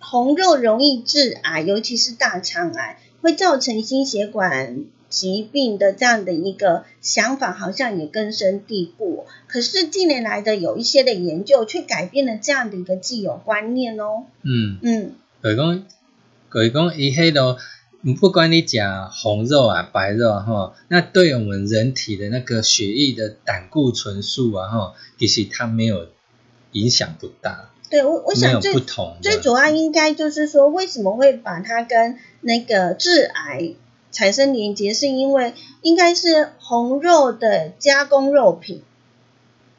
Speaker 3: 红肉容易致癌，尤其是大肠癌，会造成心血管疾病的这样的一个想法，好像也根深蒂固。可是近年来的有一些的研究，却改变了这样的一个既有观念哦。
Speaker 2: 嗯，
Speaker 3: 嗯，
Speaker 2: 就是讲，就是讲，伊迄咯，不管你讲红肉啊、白肉啊，吼，那对我们人体的那个血液的胆固醇数啊，吼，其实它没有影响不大，
Speaker 3: 对我我
Speaker 2: 没有
Speaker 3: 想最
Speaker 2: 不同的。
Speaker 3: 最主要应该就是说，为什么会把它跟那个致癌产生连接，是因为应该是红肉的加工肉品，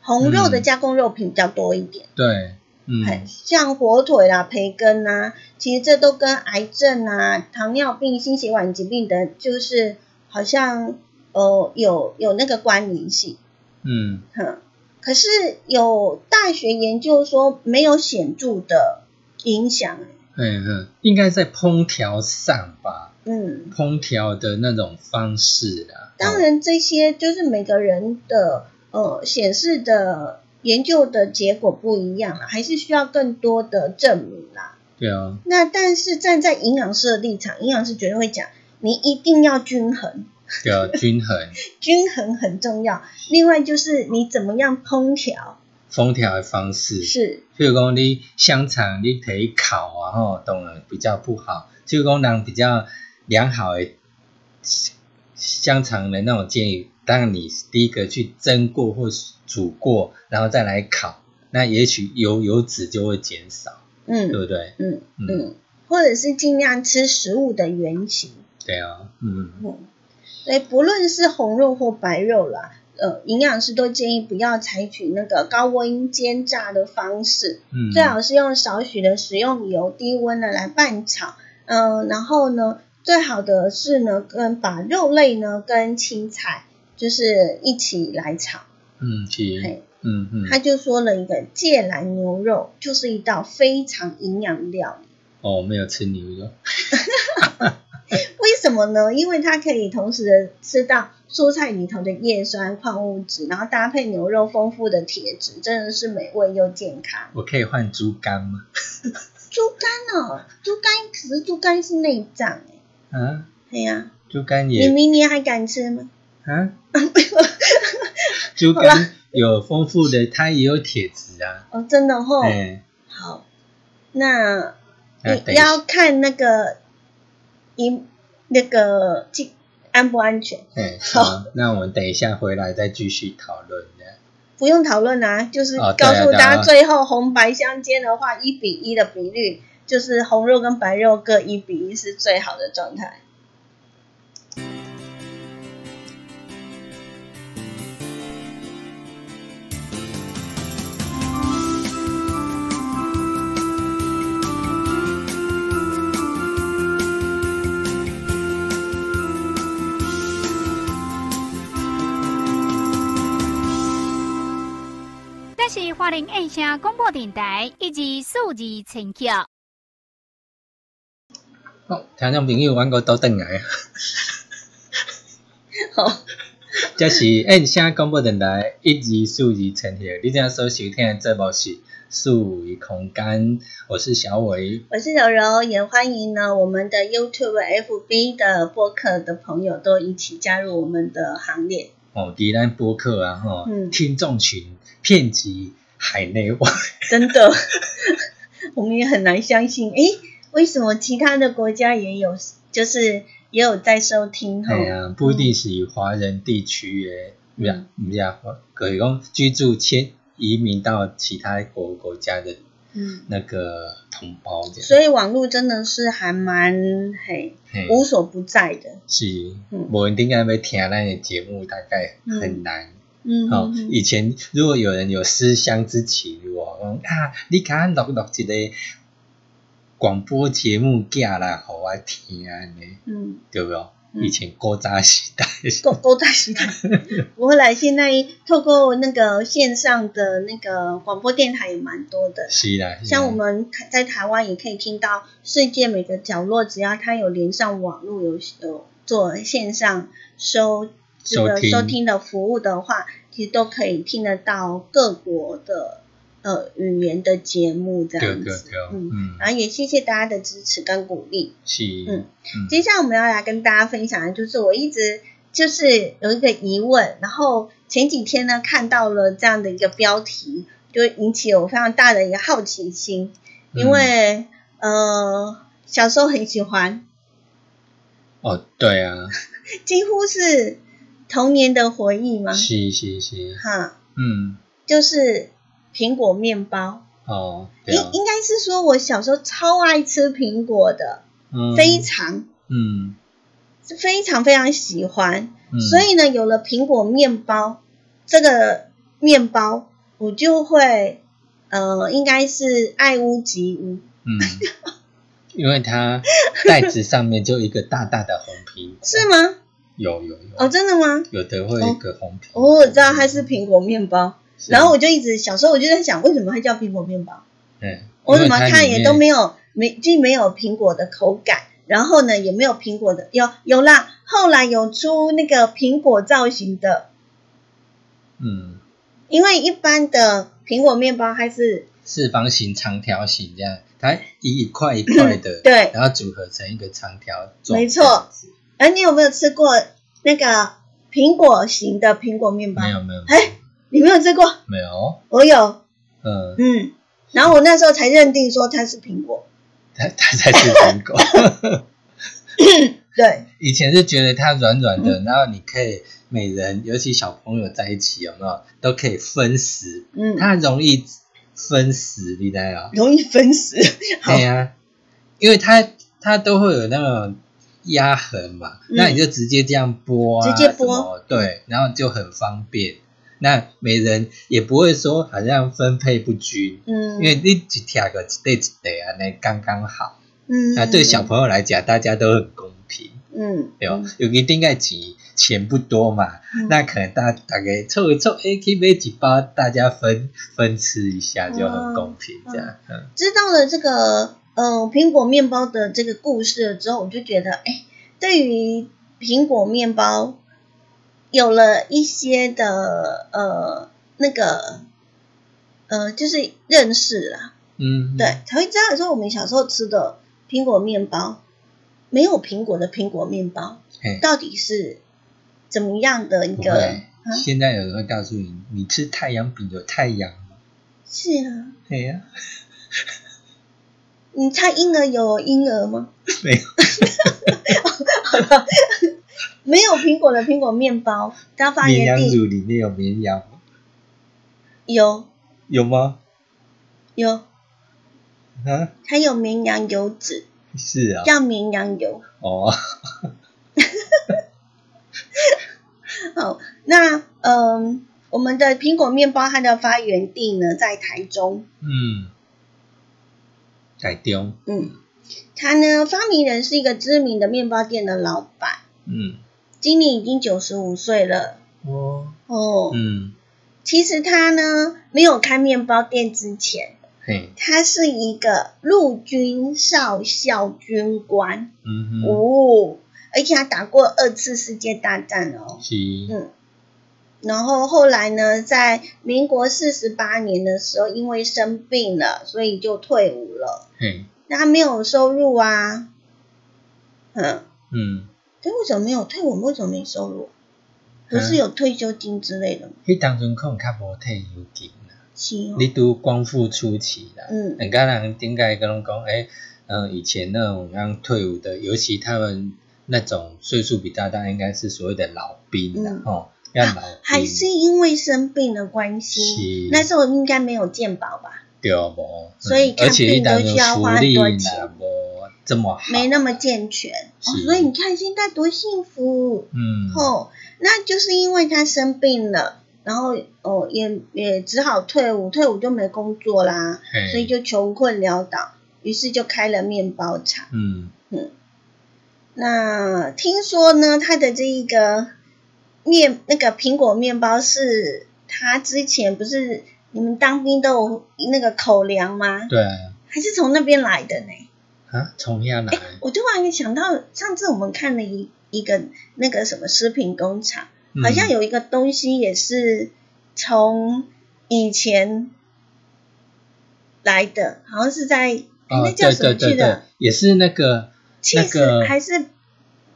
Speaker 3: 红肉的
Speaker 2: 嗯
Speaker 3: 加工肉品比较多一点，
Speaker 2: 对，嗯，
Speaker 3: 哎像火腿啦、培根啦、其实这都跟癌症啊、糖尿病、心血管疾病的，就是好像呃有有那个关联性。
Speaker 2: 嗯，
Speaker 3: 哼，可是有大学研究说没有显著的影响，
Speaker 2: 嗯嗯，应该在烹调上吧，
Speaker 3: 嗯。
Speaker 2: 烹调的那种方式啊。
Speaker 3: 当
Speaker 2: 哦，
Speaker 3: 然，这些就是每个人的呃显示的研究的结果不一样啊啦，还是需要更多的证明啦。
Speaker 2: 对啊，
Speaker 3: 那但是站在营养师的立场，营养师绝对会讲，你一定要均衡，
Speaker 2: 对啊，均衡，
Speaker 3: 均衡很重要。另外就是你怎么样烹调，
Speaker 2: 烹调的方式。
Speaker 3: 是
Speaker 2: 譬如讲你香肠你可以烤啊吼，当然比较不好。譬如讲人比较良好的香肠的那种建议，当然你第一个去蒸过或煮过，然后再来烤，那也许油油脂就会减少，对不
Speaker 3: 嗯
Speaker 2: 对？
Speaker 3: 嗯
Speaker 2: 嗯，
Speaker 3: 嗯，或者是尽量吃食物的原型。
Speaker 2: 对啊，嗯
Speaker 3: 嗯，所以不论是红肉或白肉啦，呃，营养师都建议不要采取那个高温煎炸的方式，
Speaker 2: 嗯，
Speaker 3: 最好是用少许的食用油低温的来拌炒。嗯、然后呢，最好的是呢，跟把肉类呢跟青菜就是一起来炒。
Speaker 2: 嗯
Speaker 3: 嘿
Speaker 2: 是，嗯
Speaker 3: 他
Speaker 2: 嗯，
Speaker 3: 就说了一个芥蓝牛肉，就是一道非常营养料理。
Speaker 2: 哦，没有吃牛肉，
Speaker 3: 为什么呢？因为它可以同时的吃到蔬菜里头的叶酸、矿物质，然后搭配牛肉丰富的铁质，真的是美味又健康。
Speaker 2: 我可以换猪肝吗？
Speaker 3: 猪肝哦，猪肝可是猪肝是内脏哎，
Speaker 2: 啊，
Speaker 3: 哎呀、
Speaker 2: 猪肝
Speaker 3: 你
Speaker 2: 也
Speaker 3: 明年还敢吃吗？
Speaker 2: 啊，猪肝有丰富的，它也有铁质啊，
Speaker 3: 哦，真的吼、
Speaker 2: 哎。
Speaker 3: 好，那
Speaker 2: 那
Speaker 3: 你
Speaker 2: 等一下
Speaker 3: 要看那个一那个这安不安全？
Speaker 2: 哎，好，那我们等一下回来再继续讨论的。
Speaker 3: 不用讨论啊，就是
Speaker 2: 哦对啊
Speaker 3: 告诉
Speaker 2: 对啊
Speaker 3: 大家最后红白相间的话，一比一的比率，就是红肉跟白肉各一比一是最好的状态。
Speaker 1: 这是华林印象广播电台以及数字陈曲。
Speaker 2: 好，听众朋友，阮个倒转来啊，
Speaker 3: 好，
Speaker 2: 这是哎燕声广播电台一二四二千赫，你正所收听的节目是数维空间，我是小伟。
Speaker 3: 我是柔柔，也欢迎呢我们的 YouTube、FB 的播客的朋友都一起加入我们的行列。
Speaker 2: 哦，伫咱播客啊，吼、
Speaker 3: 嗯
Speaker 2: 听众群遍及海内外，
Speaker 3: 真的， 我们也很难相信，诶，为什么其他的国家也有，就是也有在收听哈？
Speaker 2: 哎呀、不一定是华人地区的，不
Speaker 3: 嗯
Speaker 2: 是不是啊，可以讲居住迁移民到其他国国家的
Speaker 3: 嗯，
Speaker 2: 那个同胞这样，
Speaker 3: 所以网络真的是还蛮嘿
Speaker 2: 嘿
Speaker 3: 无所不在的，
Speaker 2: 是，
Speaker 3: 嗯
Speaker 2: 无一定要要听咱的节目，大概很难。
Speaker 3: 嗯，
Speaker 2: 哦
Speaker 3: 嗯，
Speaker 2: 以前如果有人有思乡之情，我讲啊，你敢录录一个广播节目寄来互我听呢，
Speaker 3: 嗯，
Speaker 2: 对不对？
Speaker 3: 嗯
Speaker 2: 以前古早时代，
Speaker 3: 够够大 时代，不会来，现在透过那个线上的那个广播电台也蛮多的，
Speaker 2: 是啦，是啦
Speaker 3: 像我们台在台湾也可以听到世界每个角落，只要它有连上网络，有有做线上收这个
Speaker 2: 收听
Speaker 3: 收听的服务的话，其实都可以听得到各国的呃语言的节目这
Speaker 2: 对
Speaker 3: 样
Speaker 2: 对
Speaker 3: 子
Speaker 2: 对，。
Speaker 3: 嗯，
Speaker 2: 嗯，
Speaker 3: 然后也谢谢大家的支持跟鼓励。
Speaker 2: 是，
Speaker 3: 嗯
Speaker 2: 嗯
Speaker 3: 接下来我们要来跟大家分享的就是我一直就是有一个疑问，然后前几天呢看到了这样的一个标题，就引起我非常大的一个好奇心，
Speaker 2: 嗯
Speaker 3: 因为、呃小时候很喜欢，
Speaker 2: 哦，对啊，
Speaker 3: 几乎是童年的回忆嘛，
Speaker 2: 是是是，
Speaker 3: 哈，
Speaker 2: 嗯，
Speaker 3: 就是苹果面包，
Speaker 2: 哦，对
Speaker 3: 应
Speaker 2: 啊，
Speaker 3: 应该是说我小时候超爱吃苹果的，
Speaker 2: 嗯
Speaker 3: 非常
Speaker 2: 嗯，
Speaker 3: 非常非常喜欢，
Speaker 2: 嗯
Speaker 3: 所以呢，有了苹果面包这个面包，我就会呃，应该是爱屋及乌，
Speaker 2: 嗯，因为它袋子上面就一个大大的红苹果，
Speaker 3: 是吗？
Speaker 2: 有有有，
Speaker 3: 哦，真的吗？
Speaker 2: 有的会有一个红苹
Speaker 3: 哦，
Speaker 2: 果，
Speaker 3: 我知道它是苹果面包，
Speaker 2: 是，啊
Speaker 3: 然后我就一直小时候我就在想，为什么它叫苹果面包？
Speaker 2: 嗯，
Speaker 3: 我怎么看
Speaker 2: 因为它里
Speaker 3: 也
Speaker 2: 面
Speaker 3: 都没有没既没有苹果的口感，然后呢也没有苹果的有有啦，后来有出那个苹果造型的，
Speaker 2: 嗯，
Speaker 3: 因为一般的苹果面包它是
Speaker 2: 四方形、长条形这样，它一块一块的，
Speaker 3: 嗯对
Speaker 2: 然后组合成一个长条状，
Speaker 3: 没错，哎，你有没有吃过那个苹果型的苹果面包？
Speaker 2: 没有没有
Speaker 3: 哎，你没有吃过？
Speaker 2: 没有，
Speaker 3: 我有，
Speaker 2: 嗯，
Speaker 3: 嗯。然后我那时候才认定说它是苹果，
Speaker 2: 它它才是苹果。
Speaker 3: 对，
Speaker 2: 以前是觉得它软软的，然后你可以每人，尤其小朋友在一起有没有，都可以分食，
Speaker 3: 嗯，
Speaker 2: 它容易分食，你知道吗？
Speaker 3: 容易分食，好
Speaker 2: 对呀、因为它它都会有那种压痕嘛，
Speaker 3: 嗯
Speaker 2: 那你就直接这样剥啊，
Speaker 3: 直接剥
Speaker 2: 什么，对，然后就很方便。那每人也不会说好像分配不均，
Speaker 3: 嗯，
Speaker 2: 因为你一条个一对一对啊，那刚刚好。
Speaker 3: 嗯，
Speaker 2: 那对小朋友来讲，大家都很公平，
Speaker 3: 嗯，
Speaker 2: 对吧？有一定该钱钱不多嘛，
Speaker 3: 嗯
Speaker 2: 那可能大大概凑一凑，哎，可以买几包，大家分分吃一下就很公平，这样。嗯
Speaker 3: 知道了这个呃苹果面包的这个故事了之后，我就觉得，哎，对于苹果面包有了一些的呃那个呃就是认识啦，
Speaker 2: 嗯，
Speaker 3: 对，才会知道说我们小时候吃的苹果面包，没有苹果的苹果面包
Speaker 2: 嘿
Speaker 3: 到底是怎么样的一
Speaker 2: 不
Speaker 3: 个？
Speaker 2: 会，
Speaker 3: 啊
Speaker 2: 现在有人会告诉你，你吃太阳饼有太阳吗？
Speaker 3: 是啊，
Speaker 2: 对 呀、
Speaker 3: 你猜婴儿有婴儿吗？
Speaker 2: 没有，
Speaker 3: 没有苹果的苹果面包，它发
Speaker 2: 绵羊
Speaker 3: 源地
Speaker 2: 乳里面有绵羊吗，
Speaker 3: 有
Speaker 2: 有吗？
Speaker 3: 有，
Speaker 2: 啊，
Speaker 3: 还有绵羊油脂，
Speaker 2: 是啊，
Speaker 3: 叫绵羊油。
Speaker 2: 哦，
Speaker 3: 好，那嗯，我们的苹果面包它的发源地呢在台中，
Speaker 2: 嗯，台中，
Speaker 3: 嗯，它呢发明人是一个知名的面包店的老板，
Speaker 2: 嗯，
Speaker 3: 今年已经九十五岁了
Speaker 2: 哦，
Speaker 3: 哦。
Speaker 2: 嗯，
Speaker 3: 其实他呢没有开面包店之前，
Speaker 2: 嘿，
Speaker 3: 他是一个陆军少校军官、
Speaker 2: 嗯哼，
Speaker 3: 哦，而且他打过二次世界大战哦。
Speaker 2: 是，
Speaker 3: 嗯，然后后来呢，在民国四十八年的时候，因为生病了，所以就退伍了。
Speaker 2: 嘿，
Speaker 3: 那他没有收入啊，嗯，
Speaker 2: 嗯，
Speaker 3: 他为什么没有退伍？为什么没收入？不是有退休金之类的吗？
Speaker 2: 迄当阵可能较无退休金啦，
Speaker 3: 是哦，
Speaker 2: 你拄光复初期啦，
Speaker 3: 嗯
Speaker 2: 人家人顶个跟拢讲，诶、嗯、以前那种刚退伍的，尤其他们那种岁数比较大，应该是所谓的老兵啦
Speaker 3: 嗯，
Speaker 2: 吼、要老兵，
Speaker 3: 还是因为生病的关
Speaker 2: 嗯
Speaker 3: 系
Speaker 2: 是，
Speaker 3: 那时候应该没有健保吧，
Speaker 2: 对无、嗯
Speaker 3: 所以看
Speaker 2: 而且
Speaker 3: 病
Speaker 2: 迄当
Speaker 3: 都
Speaker 2: 阵
Speaker 3: 需要
Speaker 2: 福
Speaker 3: 花很
Speaker 2: 利
Speaker 3: 多
Speaker 2: 啦
Speaker 3: 钱，
Speaker 2: 无这么好，
Speaker 3: 没那么健全、哦
Speaker 2: 是，
Speaker 3: 所以你看现在多幸福。
Speaker 2: 嗯，
Speaker 3: 后，那就是因为他生病了，然后哦也也只好退伍，退伍就没工作啦，
Speaker 2: 嘿
Speaker 3: 所以就穷困潦倒，于是就开了面包厂。
Speaker 2: 嗯
Speaker 3: 那听说呢，他的这一个面那个苹果面包是他之前不是你们当兵都有那个口粮吗？
Speaker 2: 对啊，
Speaker 3: 还是从那边来的呢？
Speaker 2: 啊，从遐来，
Speaker 3: 我突然想到上次我们看了一一个那个什么食品工厂。
Speaker 2: 嗯
Speaker 3: 好像有一个东西也是从以前来的，好像是在、哎
Speaker 2: 哦，
Speaker 3: 那叫
Speaker 2: 对
Speaker 3: 什
Speaker 2: 对
Speaker 3: 么去
Speaker 2: 对对
Speaker 3: 的，
Speaker 2: 也是那个那
Speaker 3: cheese、
Speaker 2: 个
Speaker 3: 还是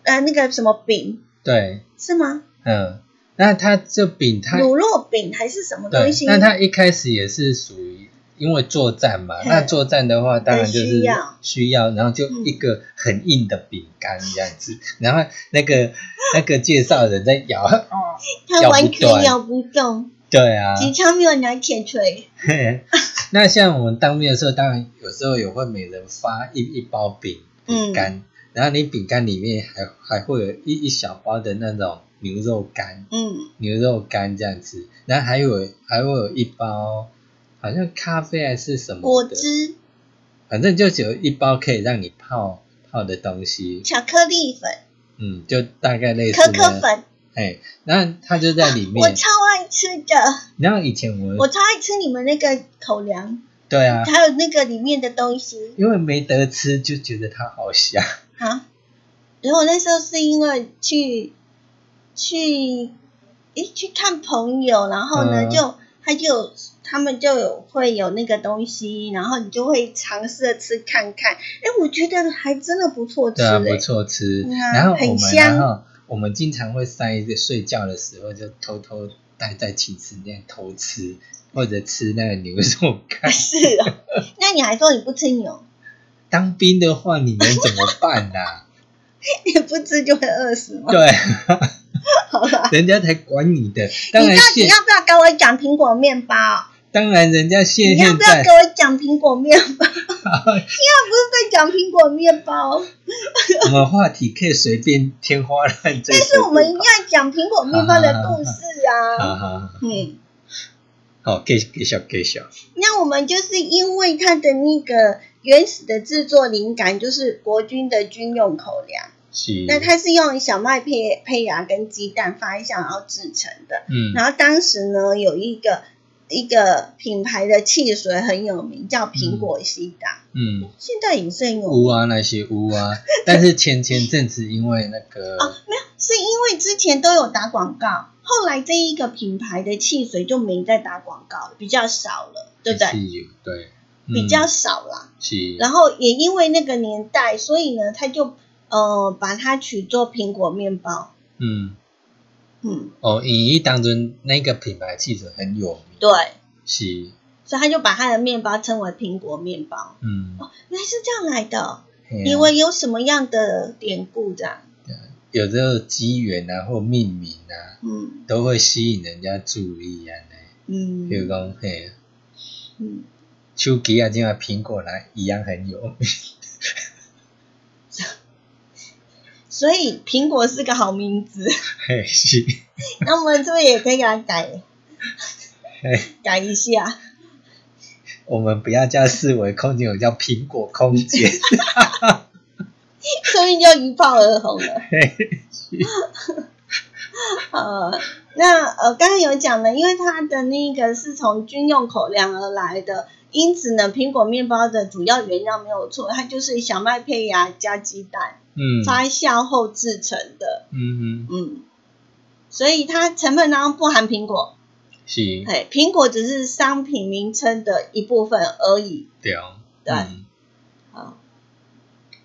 Speaker 3: 呃那个什么饼
Speaker 2: 对，
Speaker 3: 是吗？
Speaker 2: 嗯，那它这饼它
Speaker 3: 乳酪饼还是什么
Speaker 2: 对
Speaker 3: 东，西？
Speaker 2: 那它一开始也是属于因为作战嘛，
Speaker 3: 嘿
Speaker 2: 那作战的话当然就是
Speaker 3: 需要嗯
Speaker 2: 需要，然后就一个很硬的饼干这样子，然后那个那个介绍人在咬，
Speaker 3: 它
Speaker 2: 咬不
Speaker 3: 完全
Speaker 2: 断
Speaker 3: 咬不动，
Speaker 2: 对啊，
Speaker 3: 警察没有拿铁锤。
Speaker 2: 嘿，那像我们当面的时候，当然有时候也会每人发一一包饼饼干，
Speaker 3: 嗯
Speaker 2: 然后你饼干里面还还会有一一小包的那种牛肉干，
Speaker 3: 嗯，
Speaker 2: 牛肉干这样子，然后还有还会有一包好像咖啡还是什么的
Speaker 3: 果，汁、
Speaker 2: 反正就只有一包可以让你泡泡的东西，
Speaker 3: 巧克力粉、
Speaker 2: 嗯，就大概类似
Speaker 3: 可
Speaker 2: 那
Speaker 3: 可，粉，
Speaker 2: 哎，然后它就在里
Speaker 3: 我
Speaker 2: 面。
Speaker 3: 超爱吃的，
Speaker 2: 然后以前我
Speaker 3: 我超爱吃你们那个口粮，
Speaker 2: 对啊，
Speaker 3: 还有那个里面的东西。
Speaker 2: 因为没得吃就觉得它好香。
Speaker 3: 啊，然后那时候是因为去去诶去看朋友，然后呢、
Speaker 2: 嗯
Speaker 3: 就他就有他们就有会有那个东西，然后你就会尝试着吃看看。诶，我觉得还真的不错吃
Speaker 2: 对啊，不
Speaker 3: 诶，
Speaker 2: 错吃。
Speaker 3: 对欸啊
Speaker 2: 然后
Speaker 3: 很
Speaker 2: 我们，
Speaker 3: 香。
Speaker 2: 然后我们经常会塞着睡觉的时候就偷偷待在寝室那样偷吃，或者吃那个牛肉干
Speaker 3: 是啊。那你还说你不吃牛，
Speaker 2: 当兵的话，你能怎么办呐、
Speaker 3: 你不吃就会饿死吗？
Speaker 2: 对，
Speaker 3: 好啦，
Speaker 2: 人家才管你的。当
Speaker 3: 你
Speaker 2: 然
Speaker 3: 到底
Speaker 2: 现
Speaker 3: 要不要跟我讲苹果面包？
Speaker 2: 当然人家现
Speaker 3: 你要
Speaker 2: 现
Speaker 3: 不要
Speaker 2: 在
Speaker 3: 跟我讲苹果面 包？你又不是在讲苹果面包。
Speaker 2: 我们话题可以随便天花乱坠。
Speaker 3: 但是我们一定要讲苹果面包的 故事啊。
Speaker 2: 好好好
Speaker 3: 嗯，
Speaker 2: 好，继续继续继续。
Speaker 3: 那我们就是因为它的那个原始的制作灵感就是国军的军用口粮，
Speaker 2: 是。
Speaker 3: 那它是用小麦胚胚芽跟鸡蛋发酵然后制成的。
Speaker 2: 嗯
Speaker 3: 然后当时呢有一个一个品牌的汽水很有名，叫苹果西达，
Speaker 2: 嗯，
Speaker 3: 现在也是很有
Speaker 2: 乌
Speaker 3: 名。
Speaker 2: 啊那些乌啊，但是前前阵子因为那 个。
Speaker 3: 哦是因为之前都有打广告，后来这一个品牌的汽水就没再打广告了，比较少了，对不对？
Speaker 2: 是嗯有对，
Speaker 3: 比较少啦。
Speaker 2: 是，
Speaker 3: 然后也因为那个年代，所以呢，他就呃把它取做苹果面包。
Speaker 2: 嗯，
Speaker 3: 嗯，
Speaker 2: 哦，影艺当中那个品牌汽水很有名，
Speaker 3: 对，
Speaker 2: 是，
Speaker 3: 所以他就把他的面包称为苹果面包。
Speaker 2: 嗯，
Speaker 3: 原来是这样来的，
Speaker 2: 嘿啊
Speaker 3: 以哦为有什么样的典故这样？
Speaker 2: 有这个机缘啊或命名啊，
Speaker 3: 嗯，
Speaker 2: 都会吸引人家注意啊，呢，
Speaker 3: 嗯
Speaker 2: 比如讲嘿，
Speaker 3: 嗯，
Speaker 2: 手机啊，这样苹果来一样很有名。
Speaker 3: 所以苹果是个好名字，
Speaker 2: 嘿，是，
Speaker 3: 那我们这边也可以给它改
Speaker 2: 嘿，
Speaker 3: 改一下。
Speaker 2: 我们不要叫四维空间，我们叫苹果空 间。
Speaker 3: 说不定就一炮而红了。呃，那呃，刚刚有讲了，因为它的那个是从军用口粮而来的，因此呢，苹果面包的主要原料没有错，它就是小麦胚芽加鸡蛋
Speaker 2: 嗯
Speaker 3: 发酵后制成的，
Speaker 2: 嗯嗯，
Speaker 3: 嗯，所以它成分当中不含苹果，
Speaker 2: 是，
Speaker 3: 哎，苹果只是商品名称的一部分而已，
Speaker 2: 对哦。
Speaker 3: 对
Speaker 2: 嗯
Speaker 3: 啊，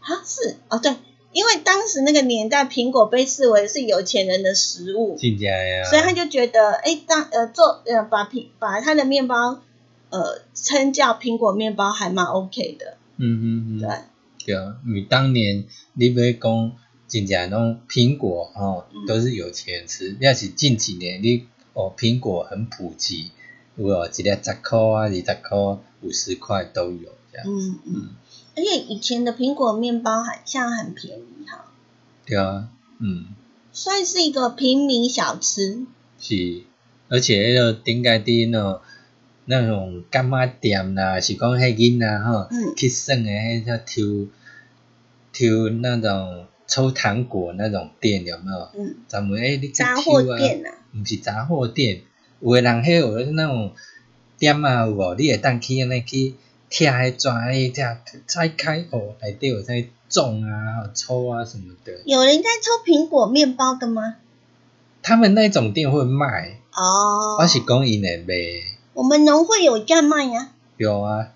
Speaker 3: 啊是哦对，因为当时那个年代，苹果被视为是有钱人的食物，
Speaker 2: 真正啊呀。
Speaker 3: 所以他就觉得，哎，当呃做呃把苹把他的面包呃称叫苹果面包还蛮 OK 的，
Speaker 2: 嗯嗯嗯，
Speaker 3: 对，
Speaker 2: 对啊，因为当年你要讲真正拢苹果吼、
Speaker 3: 嗯
Speaker 2: 都是有钱人吃，要是近几年你哦苹果很普及，有哦一粒十块啊、二十块、五十块都有这样。
Speaker 3: 嗯嗯
Speaker 2: 嗯，
Speaker 3: 而且以前的苹果面包好像很便宜哈，
Speaker 2: 对啊，嗯，
Speaker 3: 算是一个平民小吃，
Speaker 2: 是，而且迄个顶家伫喏那种干妈店啦，是讲迄囡仔吼
Speaker 3: 嗯
Speaker 2: 去耍诶，迄个抽抽那种抽糖果那种店有没有？
Speaker 3: 嗯，
Speaker 2: 咱们诶，你去
Speaker 3: 杂
Speaker 2: 抽
Speaker 3: 货
Speaker 2: 啊
Speaker 3: 店啊，
Speaker 2: 毋是杂货店，有诶人迄有那种店啊有无？你会当去安尼去拆迄纸，迄只拆开哦，内底有在种啊、抽啊什么的。
Speaker 3: 有人在抽苹果面包的吗？
Speaker 2: 他们那种店会卖，
Speaker 3: 哦，
Speaker 2: 我是讲因会卖，
Speaker 3: 我们农会有在卖呀、
Speaker 2: 对啊。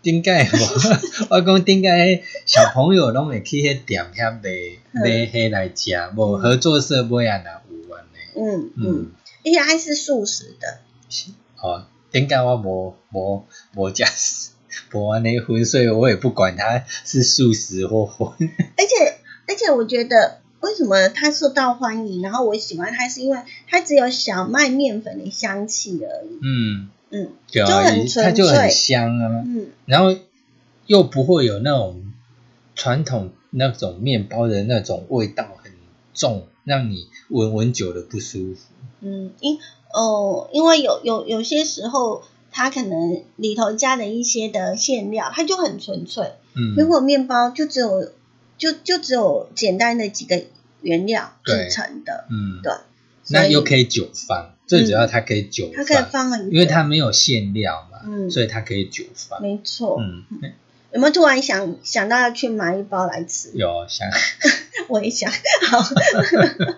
Speaker 2: 顶解 无？我讲顶解，迄小朋友拢会去迄店遐卖
Speaker 3: 嗯
Speaker 2: 买迄来食，无合作社买啊若有安尼。
Speaker 3: 嗯嗯
Speaker 2: 嗯，，
Speaker 3: 而且它是素食的，
Speaker 2: 哦，顶解我无无无食， 无安尼荤，所以我也不管它是素食或荤。
Speaker 3: 而且而且我觉得为什么它受到欢迎，然后我喜欢它，是因为它只有小麦面粉的香气而已。
Speaker 2: 嗯，
Speaker 3: 嗯
Speaker 2: 对
Speaker 3: 就
Speaker 2: 啊，
Speaker 3: 很
Speaker 2: 也
Speaker 3: 纯
Speaker 2: 它就很
Speaker 3: 粹
Speaker 2: 香啊，
Speaker 3: 嗯
Speaker 2: 然后又不会有那种传统那种面包的那种味道很重，让你闻闻久了不舒服。
Speaker 3: 嗯，因哦，因为有有有些时候。它可能里头加了一些的馅料，它就很纯粹。
Speaker 2: 嗯，
Speaker 3: 苹果面包就只有就就只有简单的几个原料
Speaker 2: 对
Speaker 3: 制成的，
Speaker 2: 嗯，
Speaker 3: 对
Speaker 2: 那又
Speaker 3: 以嗯
Speaker 2: 可以久放，最主要它可以久
Speaker 3: 它可以
Speaker 2: 放，
Speaker 3: 放很久，
Speaker 2: 啊因为它没有馅料嘛，
Speaker 3: 嗯
Speaker 2: 所以它可以久放。
Speaker 3: 没错，
Speaker 2: 嗯，
Speaker 3: 有没有突然想想到要去买一包来吃？
Speaker 2: 有香。
Speaker 3: 我也想，好，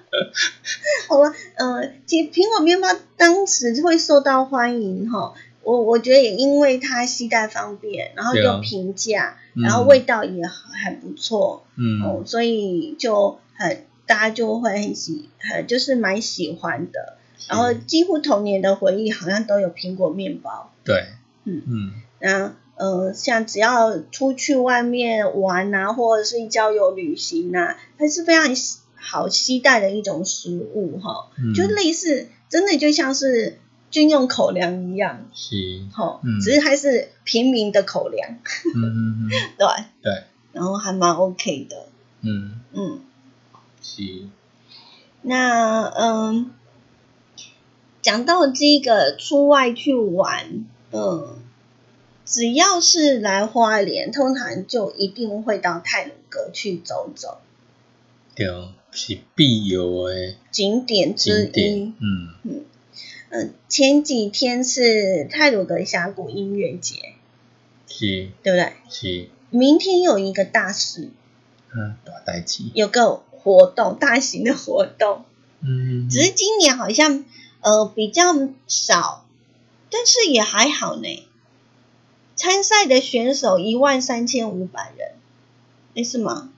Speaker 3: 好了，呃，其实苹果面包当时会受到欢迎哈，我我觉得也因为它携带方便，然后
Speaker 2: 对啊
Speaker 3: 又平价，
Speaker 2: 嗯
Speaker 3: 然后味道也还不错，
Speaker 2: 嗯，
Speaker 3: 哦，所以就很大家就会很喜，很就是蛮喜欢的。然后几乎童年的回忆好像都有苹果面包。
Speaker 2: 对，
Speaker 3: 嗯
Speaker 2: 嗯
Speaker 3: 那呃，像只要出去外面玩啊，或者是郊游旅行啊，它是非常吸好期待的一种食物哈，
Speaker 2: 嗯，
Speaker 3: 就类似真的就像是军用口粮一样，
Speaker 2: 是，
Speaker 3: 哈，
Speaker 2: 嗯
Speaker 3: 只是它是平民的口粮，
Speaker 2: 嗯嗯嗯，
Speaker 3: 对，
Speaker 2: 对，
Speaker 3: 然后还蛮 OK 的，
Speaker 2: 嗯
Speaker 3: 嗯，
Speaker 2: 是，
Speaker 3: 那嗯，讲到这个出外去玩，嗯。只要是来花莲，通常就一定会到泰鲁阁去走走，
Speaker 2: 对，是必有
Speaker 3: 嗯
Speaker 2: 的
Speaker 3: 景点之
Speaker 2: 景
Speaker 3: 一
Speaker 2: 点。。嗯，
Speaker 3: 嗯，前几天是泰鲁阁峡谷音乐节，
Speaker 2: 是
Speaker 3: 对不对？
Speaker 2: 是，
Speaker 3: 明天有一个大事，
Speaker 2: 嗯，大代志。
Speaker 3: 有个活动，大型的活动，
Speaker 2: 嗯，
Speaker 3: 只是今年好像呃比较少，但是也还好呢。参赛的选手一万三千五百人，诶，是吗？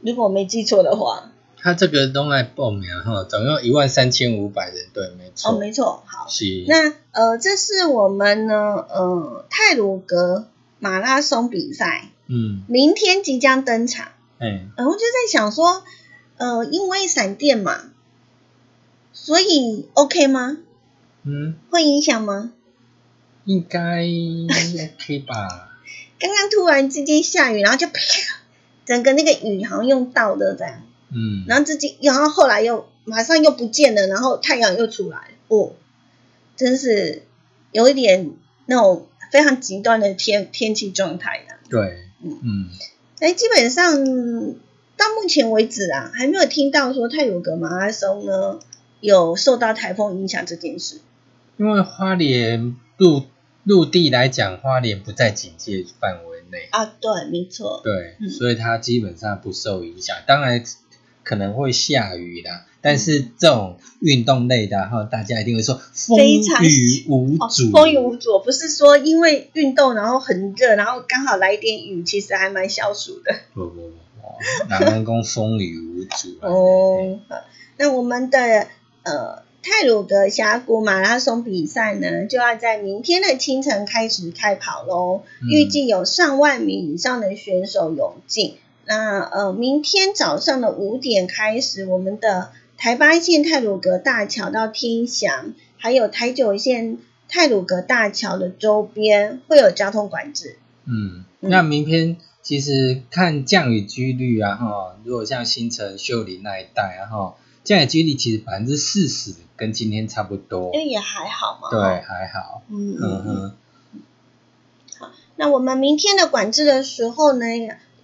Speaker 3: 如果我没记错的话，
Speaker 2: 他这个都来报名哈，总共一万三千五百人，对，没错，
Speaker 3: 哦，没错，好。
Speaker 2: 是，
Speaker 3: 那呃，这是我们呢呃泰鲁格马拉松比赛，
Speaker 2: 嗯，
Speaker 3: 明天即将登场。
Speaker 2: 哎，
Speaker 3: 然后就在想说，呃，因为闪电嘛，所以 OK 吗？
Speaker 2: 嗯，
Speaker 3: 会影响吗？
Speaker 2: 应该 OK 吧？
Speaker 3: 刚刚突然之间下雨，然后就啪，整个那个雨好像用倒的这样，
Speaker 2: 嗯，
Speaker 3: 然后自己，然后后来又马上又不见了，然后太阳又出来了，哦，真是有一点那种非常极端的天天气状态的。
Speaker 2: 对，
Speaker 3: 嗯
Speaker 2: 嗯，
Speaker 3: 哎，基本上到目前为止啊，还没有听到说泰鲁格马拉松呢有受到台风影响这件事。
Speaker 2: 因为花莲陆陆地来讲，花莲不在警戒范围内，
Speaker 3: 啊，对，没错，
Speaker 2: 对，
Speaker 3: 嗯
Speaker 2: 所以它基本上不受影响。当然可能会下雨啦，但是这种运动类的哈，大家一定会说风
Speaker 3: 非常
Speaker 2: 雨无
Speaker 3: 哦
Speaker 2: 阻，
Speaker 3: 风雨无阻，不是说因为运动然后很热，然后刚好来一点雨，其实还蛮消暑的
Speaker 2: 不不不不，南门宫风雨无阻啊。
Speaker 3: 哦。好那我们的呃泰鲁格峡谷马拉松比赛呢，就要在明天的清晨开始开跑喽，
Speaker 2: 嗯
Speaker 3: 预计有上万名以上的选手涌进。那呃，明天早上的五点开始，我们的台八线泰鲁格大桥到天祥，还有台九线泰鲁格大桥的周边会有交通管制。
Speaker 2: 嗯，
Speaker 3: 嗯
Speaker 2: 那明天其实看降雨几率啊，哈，如果像新城、秀林那一带啊，哈，降雨几率其实百分之四十，跟今天差不多。
Speaker 3: 因为也还好嘛。
Speaker 2: 对，还好。嗯
Speaker 3: 嗯嗯嗯。
Speaker 2: 哼，
Speaker 3: 那我们明天的管制的时候呢，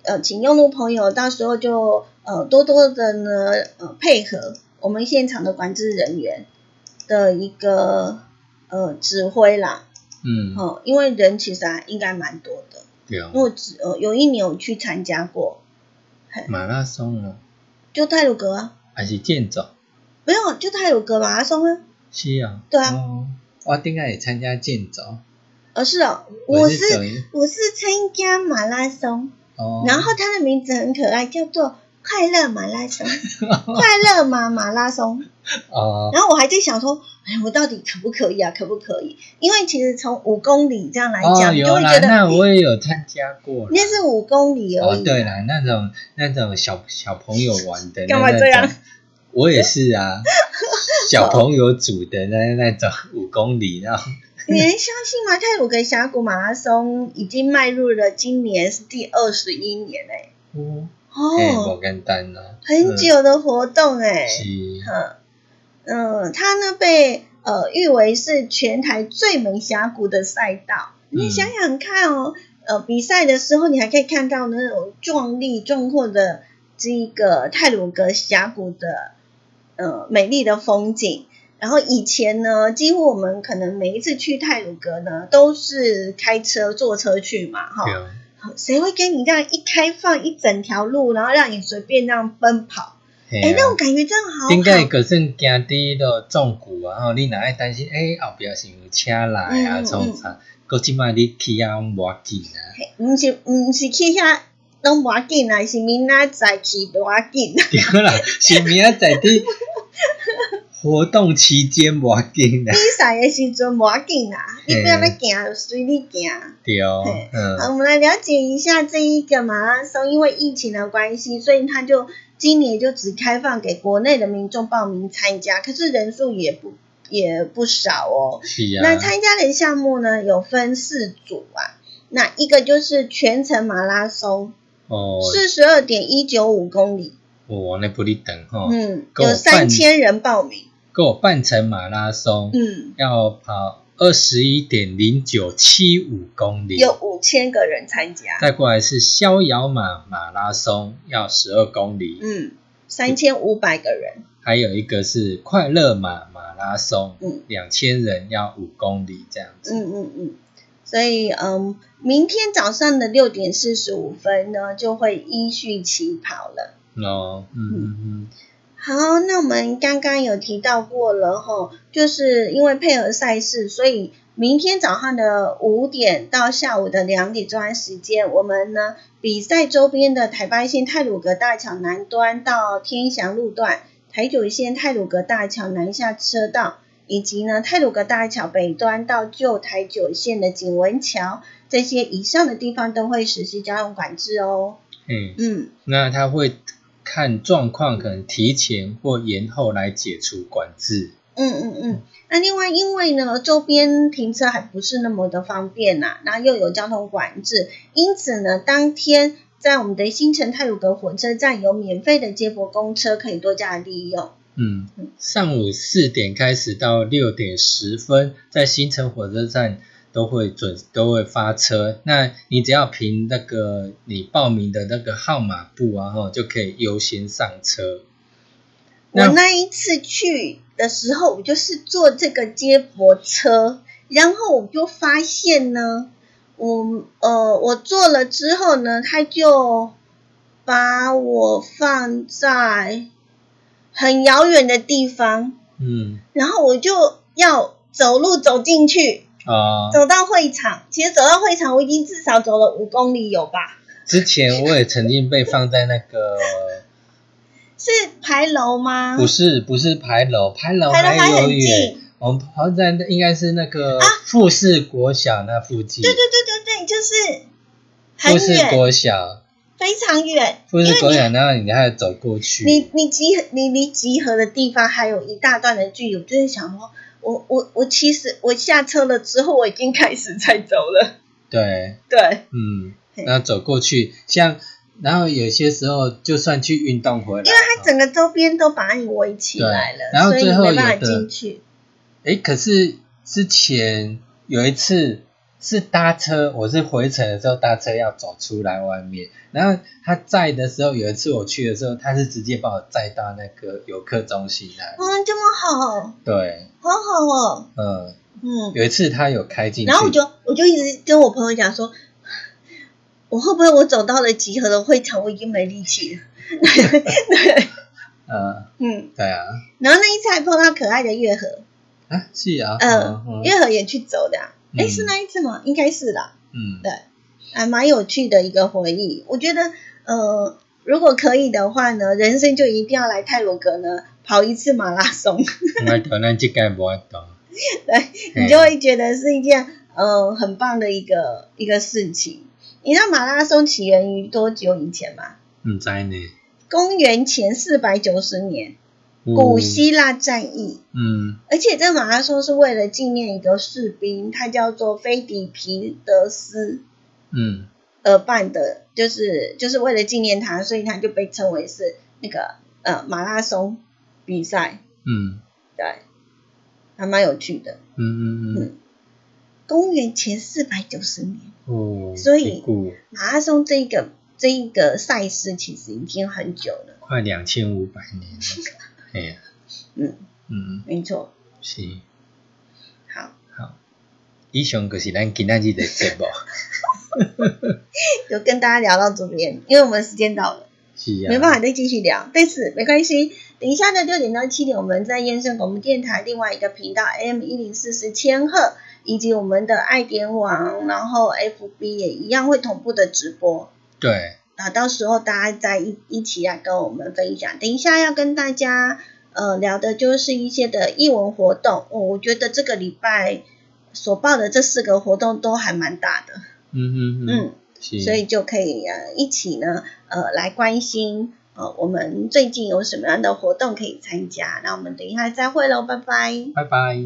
Speaker 3: 呃，请用路朋友到时候就呃多多的呢呃配合我们现场的管制人员的一个呃指挥啦，
Speaker 2: 嗯，
Speaker 3: 哦、因为人其实还应该蛮多的，
Speaker 2: 对
Speaker 3: 因为
Speaker 2: 哦，
Speaker 3: 我只呃有一年我去参加过，
Speaker 2: 马拉松啊，
Speaker 3: 就泰鲁格啊，
Speaker 2: 还是健走？
Speaker 3: 没有就泰鲁格马拉松啊，
Speaker 2: 是啊。
Speaker 3: 对啊
Speaker 2: 哦，我顶下也参加健走，
Speaker 3: 呃是哦，
Speaker 2: 我
Speaker 3: 我
Speaker 2: 是走
Speaker 3: 是
Speaker 2: 一
Speaker 3: 我是参加马拉松，
Speaker 2: 哦，
Speaker 3: 然后它的名字很可爱，叫做快乐马拉 松，快乐马马拉松。
Speaker 2: 哦，
Speaker 3: 然后我还在想说，哎，我到底可不可以啊？可不可以？因为其实从五公里这样来讲，
Speaker 2: 哦，
Speaker 3: 你
Speaker 2: 有
Speaker 3: 就会
Speaker 2: 啦，
Speaker 3: 觉得
Speaker 2: 那我也有参加过啦。
Speaker 3: 那是五公里而已。
Speaker 2: 哦，对啦，那种那种小小朋友玩的
Speaker 3: 干嘛
Speaker 2: 那
Speaker 3: 这样
Speaker 2: 那种？我也是 啊，小朋友组的那那种五公里，然后
Speaker 3: 你能相信吗？泰鲁格峡谷马拉松已经迈入了今年是第二十一年哎、
Speaker 2: 嗯， 哎，
Speaker 3: 哦，
Speaker 2: 不简单啊，
Speaker 3: 很久的活动哎、
Speaker 2: 嗯是，
Speaker 3: 嗯，它呢被呃誉为是全台最美峡谷的赛道。你
Speaker 2: 嗯
Speaker 3: 想想看哦，呃，比赛的时候你还可以看到那种壮丽壮阔的这个泰鲁格峡谷的呃美丽的风景。然后以前呢，几乎我们可能每一次去泰鲁格呢，都是开车坐车去嘛，哈、
Speaker 2: 对啊，
Speaker 3: 谁会给你这样一开放一整条路，然后让你随便这样奔跑？
Speaker 2: 嘿
Speaker 3: 哎、
Speaker 2: 啊
Speaker 3: 那种感觉真的好好。
Speaker 2: 顶个就算行伫落撞鼓啊，吼，你若爱担心，诶、后壁是有车来啊，
Speaker 3: 嗯嗯
Speaker 2: 创啥？搁即摆你去啊，无要紧啊，
Speaker 3: 毋是毋是去遐拢无要紧啦，是明仔载去无要紧 啦。
Speaker 2: 对啦，是明仔载伫活动期间无要紧啊
Speaker 3: 比，赛的时阵无要紧啦，你
Speaker 2: 嘿
Speaker 3: 不要要行，随你行。
Speaker 2: 对哦
Speaker 3: 嘿，
Speaker 2: 嗯。
Speaker 3: 好，我们来了解一下这一个马拉松，因为疫情的关系，所以它就今年就只开放给国内的民众报名参加，可是人数也不也不少哦。
Speaker 2: 是啊，
Speaker 3: 那参加的项目呢，有分四组啊。那一个就是全程马拉松，
Speaker 2: 哦，
Speaker 3: 四十二点一九五公里，
Speaker 2: 我那不哩等吼，
Speaker 3: 嗯，
Speaker 2: 哦够
Speaker 3: 有
Speaker 2: 半
Speaker 3: 三千人报名，
Speaker 2: 给我半程马拉松，
Speaker 3: 嗯，
Speaker 2: 要跑二十一点零九七五公里，
Speaker 3: 有五千个人参加，
Speaker 2: 再过来是逍遥马马拉松，要十二公里，
Speaker 3: 嗯，三千五百个人，
Speaker 2: 还有一个是快乐马马拉松，
Speaker 3: 嗯
Speaker 2: 两千人要五公里这样子，
Speaker 3: 嗯嗯嗯，所以嗯，明天早上的六点四十五分呢，就会依序起跑了。
Speaker 2: 哦，嗯嗯嗯，
Speaker 3: 好，那我们刚刚有提到过了吼，就是因为配合赛事，所以明天早上的五点到下午的两点这段时间，我们呢比赛周边的台八线泰鲁格大桥南端到天祥路段，台九线泰鲁格大桥南下车道，以及呢泰鲁格大桥北端到旧台九线的景文桥，这些以上的地方都会实施交通管制哦。
Speaker 2: 嗯，
Speaker 3: 嗯。
Speaker 2: 那他会看状况，可能提前或延后来解除管制，
Speaker 3: 嗯嗯嗯，那另外因为呢，周边停车还不是那么的方便呐、然后又有交通管制，因此呢，当天在我们的新城泰鲁阁火车站有免费的接驳公车可以多加利用。
Speaker 2: 嗯，上午四点开始到六点十分，在新城火车站都会准都会发车。那你只要凭那个你报名的那个号码簿啊，吼，就可以优先上车。
Speaker 3: 我
Speaker 2: 那
Speaker 3: 那一次去的时候，我就是坐这个接驳车，然后我就发现呢，我呃我坐了之后呢，他就把我放在很遥远的地方，
Speaker 2: 嗯，
Speaker 3: 然后我就要走路走进去，
Speaker 2: 啊、
Speaker 3: 走到会场。其实走到会场，我已经至少走了五公里有吧？
Speaker 2: 之前我也曾经被放在那个，
Speaker 3: 是牌楼吗？
Speaker 2: 不是不是牌楼，牌楼
Speaker 3: 啊牌楼还
Speaker 2: 有
Speaker 3: 很
Speaker 2: 远
Speaker 3: 近。
Speaker 2: 我们哦好像在应该是那个富士国小那附近，
Speaker 3: 啊对对对对对，就是很
Speaker 2: 富士
Speaker 3: 远，
Speaker 2: 国小，
Speaker 3: 非常远。
Speaker 2: 富士国小，然后你还要走过去，
Speaker 3: 你你集合你离集合的地方还有一大段的距离，我就是想说，我我我其实我下车了之后，我已经开始在走了。
Speaker 2: 对，
Speaker 3: 对，
Speaker 2: 嗯，
Speaker 3: 嘿
Speaker 2: 然后走过去，像然后有些时候就算去运动回来，因为
Speaker 3: 它整个周边都把你围起来了，
Speaker 2: 对然后
Speaker 3: 所以
Speaker 2: 最
Speaker 3: 你
Speaker 2: 后
Speaker 3: 没办
Speaker 2: 有
Speaker 3: 法
Speaker 2: 的
Speaker 3: 进去。
Speaker 2: 诶，可是之前有一次是搭车，我是回程的时候搭车要走出来外面，然后他载的时候，有一次我去的时候，他是直接把我载到那个游客中心来，
Speaker 3: 嗯，这么好，
Speaker 2: 对，
Speaker 3: 好好哦，
Speaker 2: 嗯，
Speaker 3: 嗯。
Speaker 2: 有一次他有开进去，
Speaker 3: 然后我就我就一直跟我朋友讲说，我会不会我走到了集合的会场，我已经没力气了。
Speaker 2: 呃，
Speaker 3: 嗯，
Speaker 2: 对啊，
Speaker 3: 然后那一次还碰到可爱的月河，
Speaker 2: 啊是啊，
Speaker 3: 嗯，
Speaker 2: 嗯
Speaker 3: 月河也去走的、啊，哎、
Speaker 2: 嗯
Speaker 3: 是那一次吗？应该是啦。
Speaker 2: 嗯
Speaker 3: 对，还蛮有趣的一个回忆。我觉得，呃，如果可以的话呢，人生就一定要来泰鲁格呢跑一次马拉松，
Speaker 2: 我懂，咱这个我懂，对
Speaker 3: 你就会觉得是一件呃很棒的一个一个事情。你知道马拉松起源于多久以前吗？
Speaker 2: 唔知呢，
Speaker 3: 公元前四百九十年，
Speaker 2: 有
Speaker 3: 古，希腊战役。
Speaker 2: 嗯
Speaker 3: 而且这马拉松是为了纪念一个士兵，他叫做菲迪皮德斯。
Speaker 2: 嗯
Speaker 3: 而办的，就是就是为了纪念他，所以他就被称为是那个呃马拉松比赛，
Speaker 2: 嗯
Speaker 3: 对，还蛮有趣的。
Speaker 2: 嗯嗯嗯，
Speaker 3: 公元前四百九十年，
Speaker 2: 哦，
Speaker 3: 所以
Speaker 2: 这久
Speaker 3: 马拉松这一个这一个赛事其实已经很久了，
Speaker 2: 快两千五百年了，哎呀，
Speaker 3: 嗯
Speaker 2: 嗯，
Speaker 3: 没错。
Speaker 2: 是
Speaker 3: 好，
Speaker 2: 好。以上就是咱今仔日的节目，
Speaker 3: 就跟大家聊到这边，因为我们时间到了，
Speaker 2: 是啊，
Speaker 3: 没办法再继续聊，但是没关系。等一下的六点到七点，我们在燕声广播电台另外一个频道 AM 一零四十千赫，以及我们的爱点网，然后 FB 也一样会同步的直播。
Speaker 2: 对，
Speaker 3: 啊，到时候大家再一一起来跟我们分享。等一下要跟大家呃聊的就是一些的艺文活动，哦，我觉得这个礼拜所报的这四个活动都还蛮大的，
Speaker 2: 嗯嗯嗯，
Speaker 3: 嗯，
Speaker 2: 是，
Speaker 3: 所以就可以呃一起呢呃来关心呃我们最近有什么样的活动可以参加。那我们等一下再会喽，拜拜。
Speaker 2: 拜拜。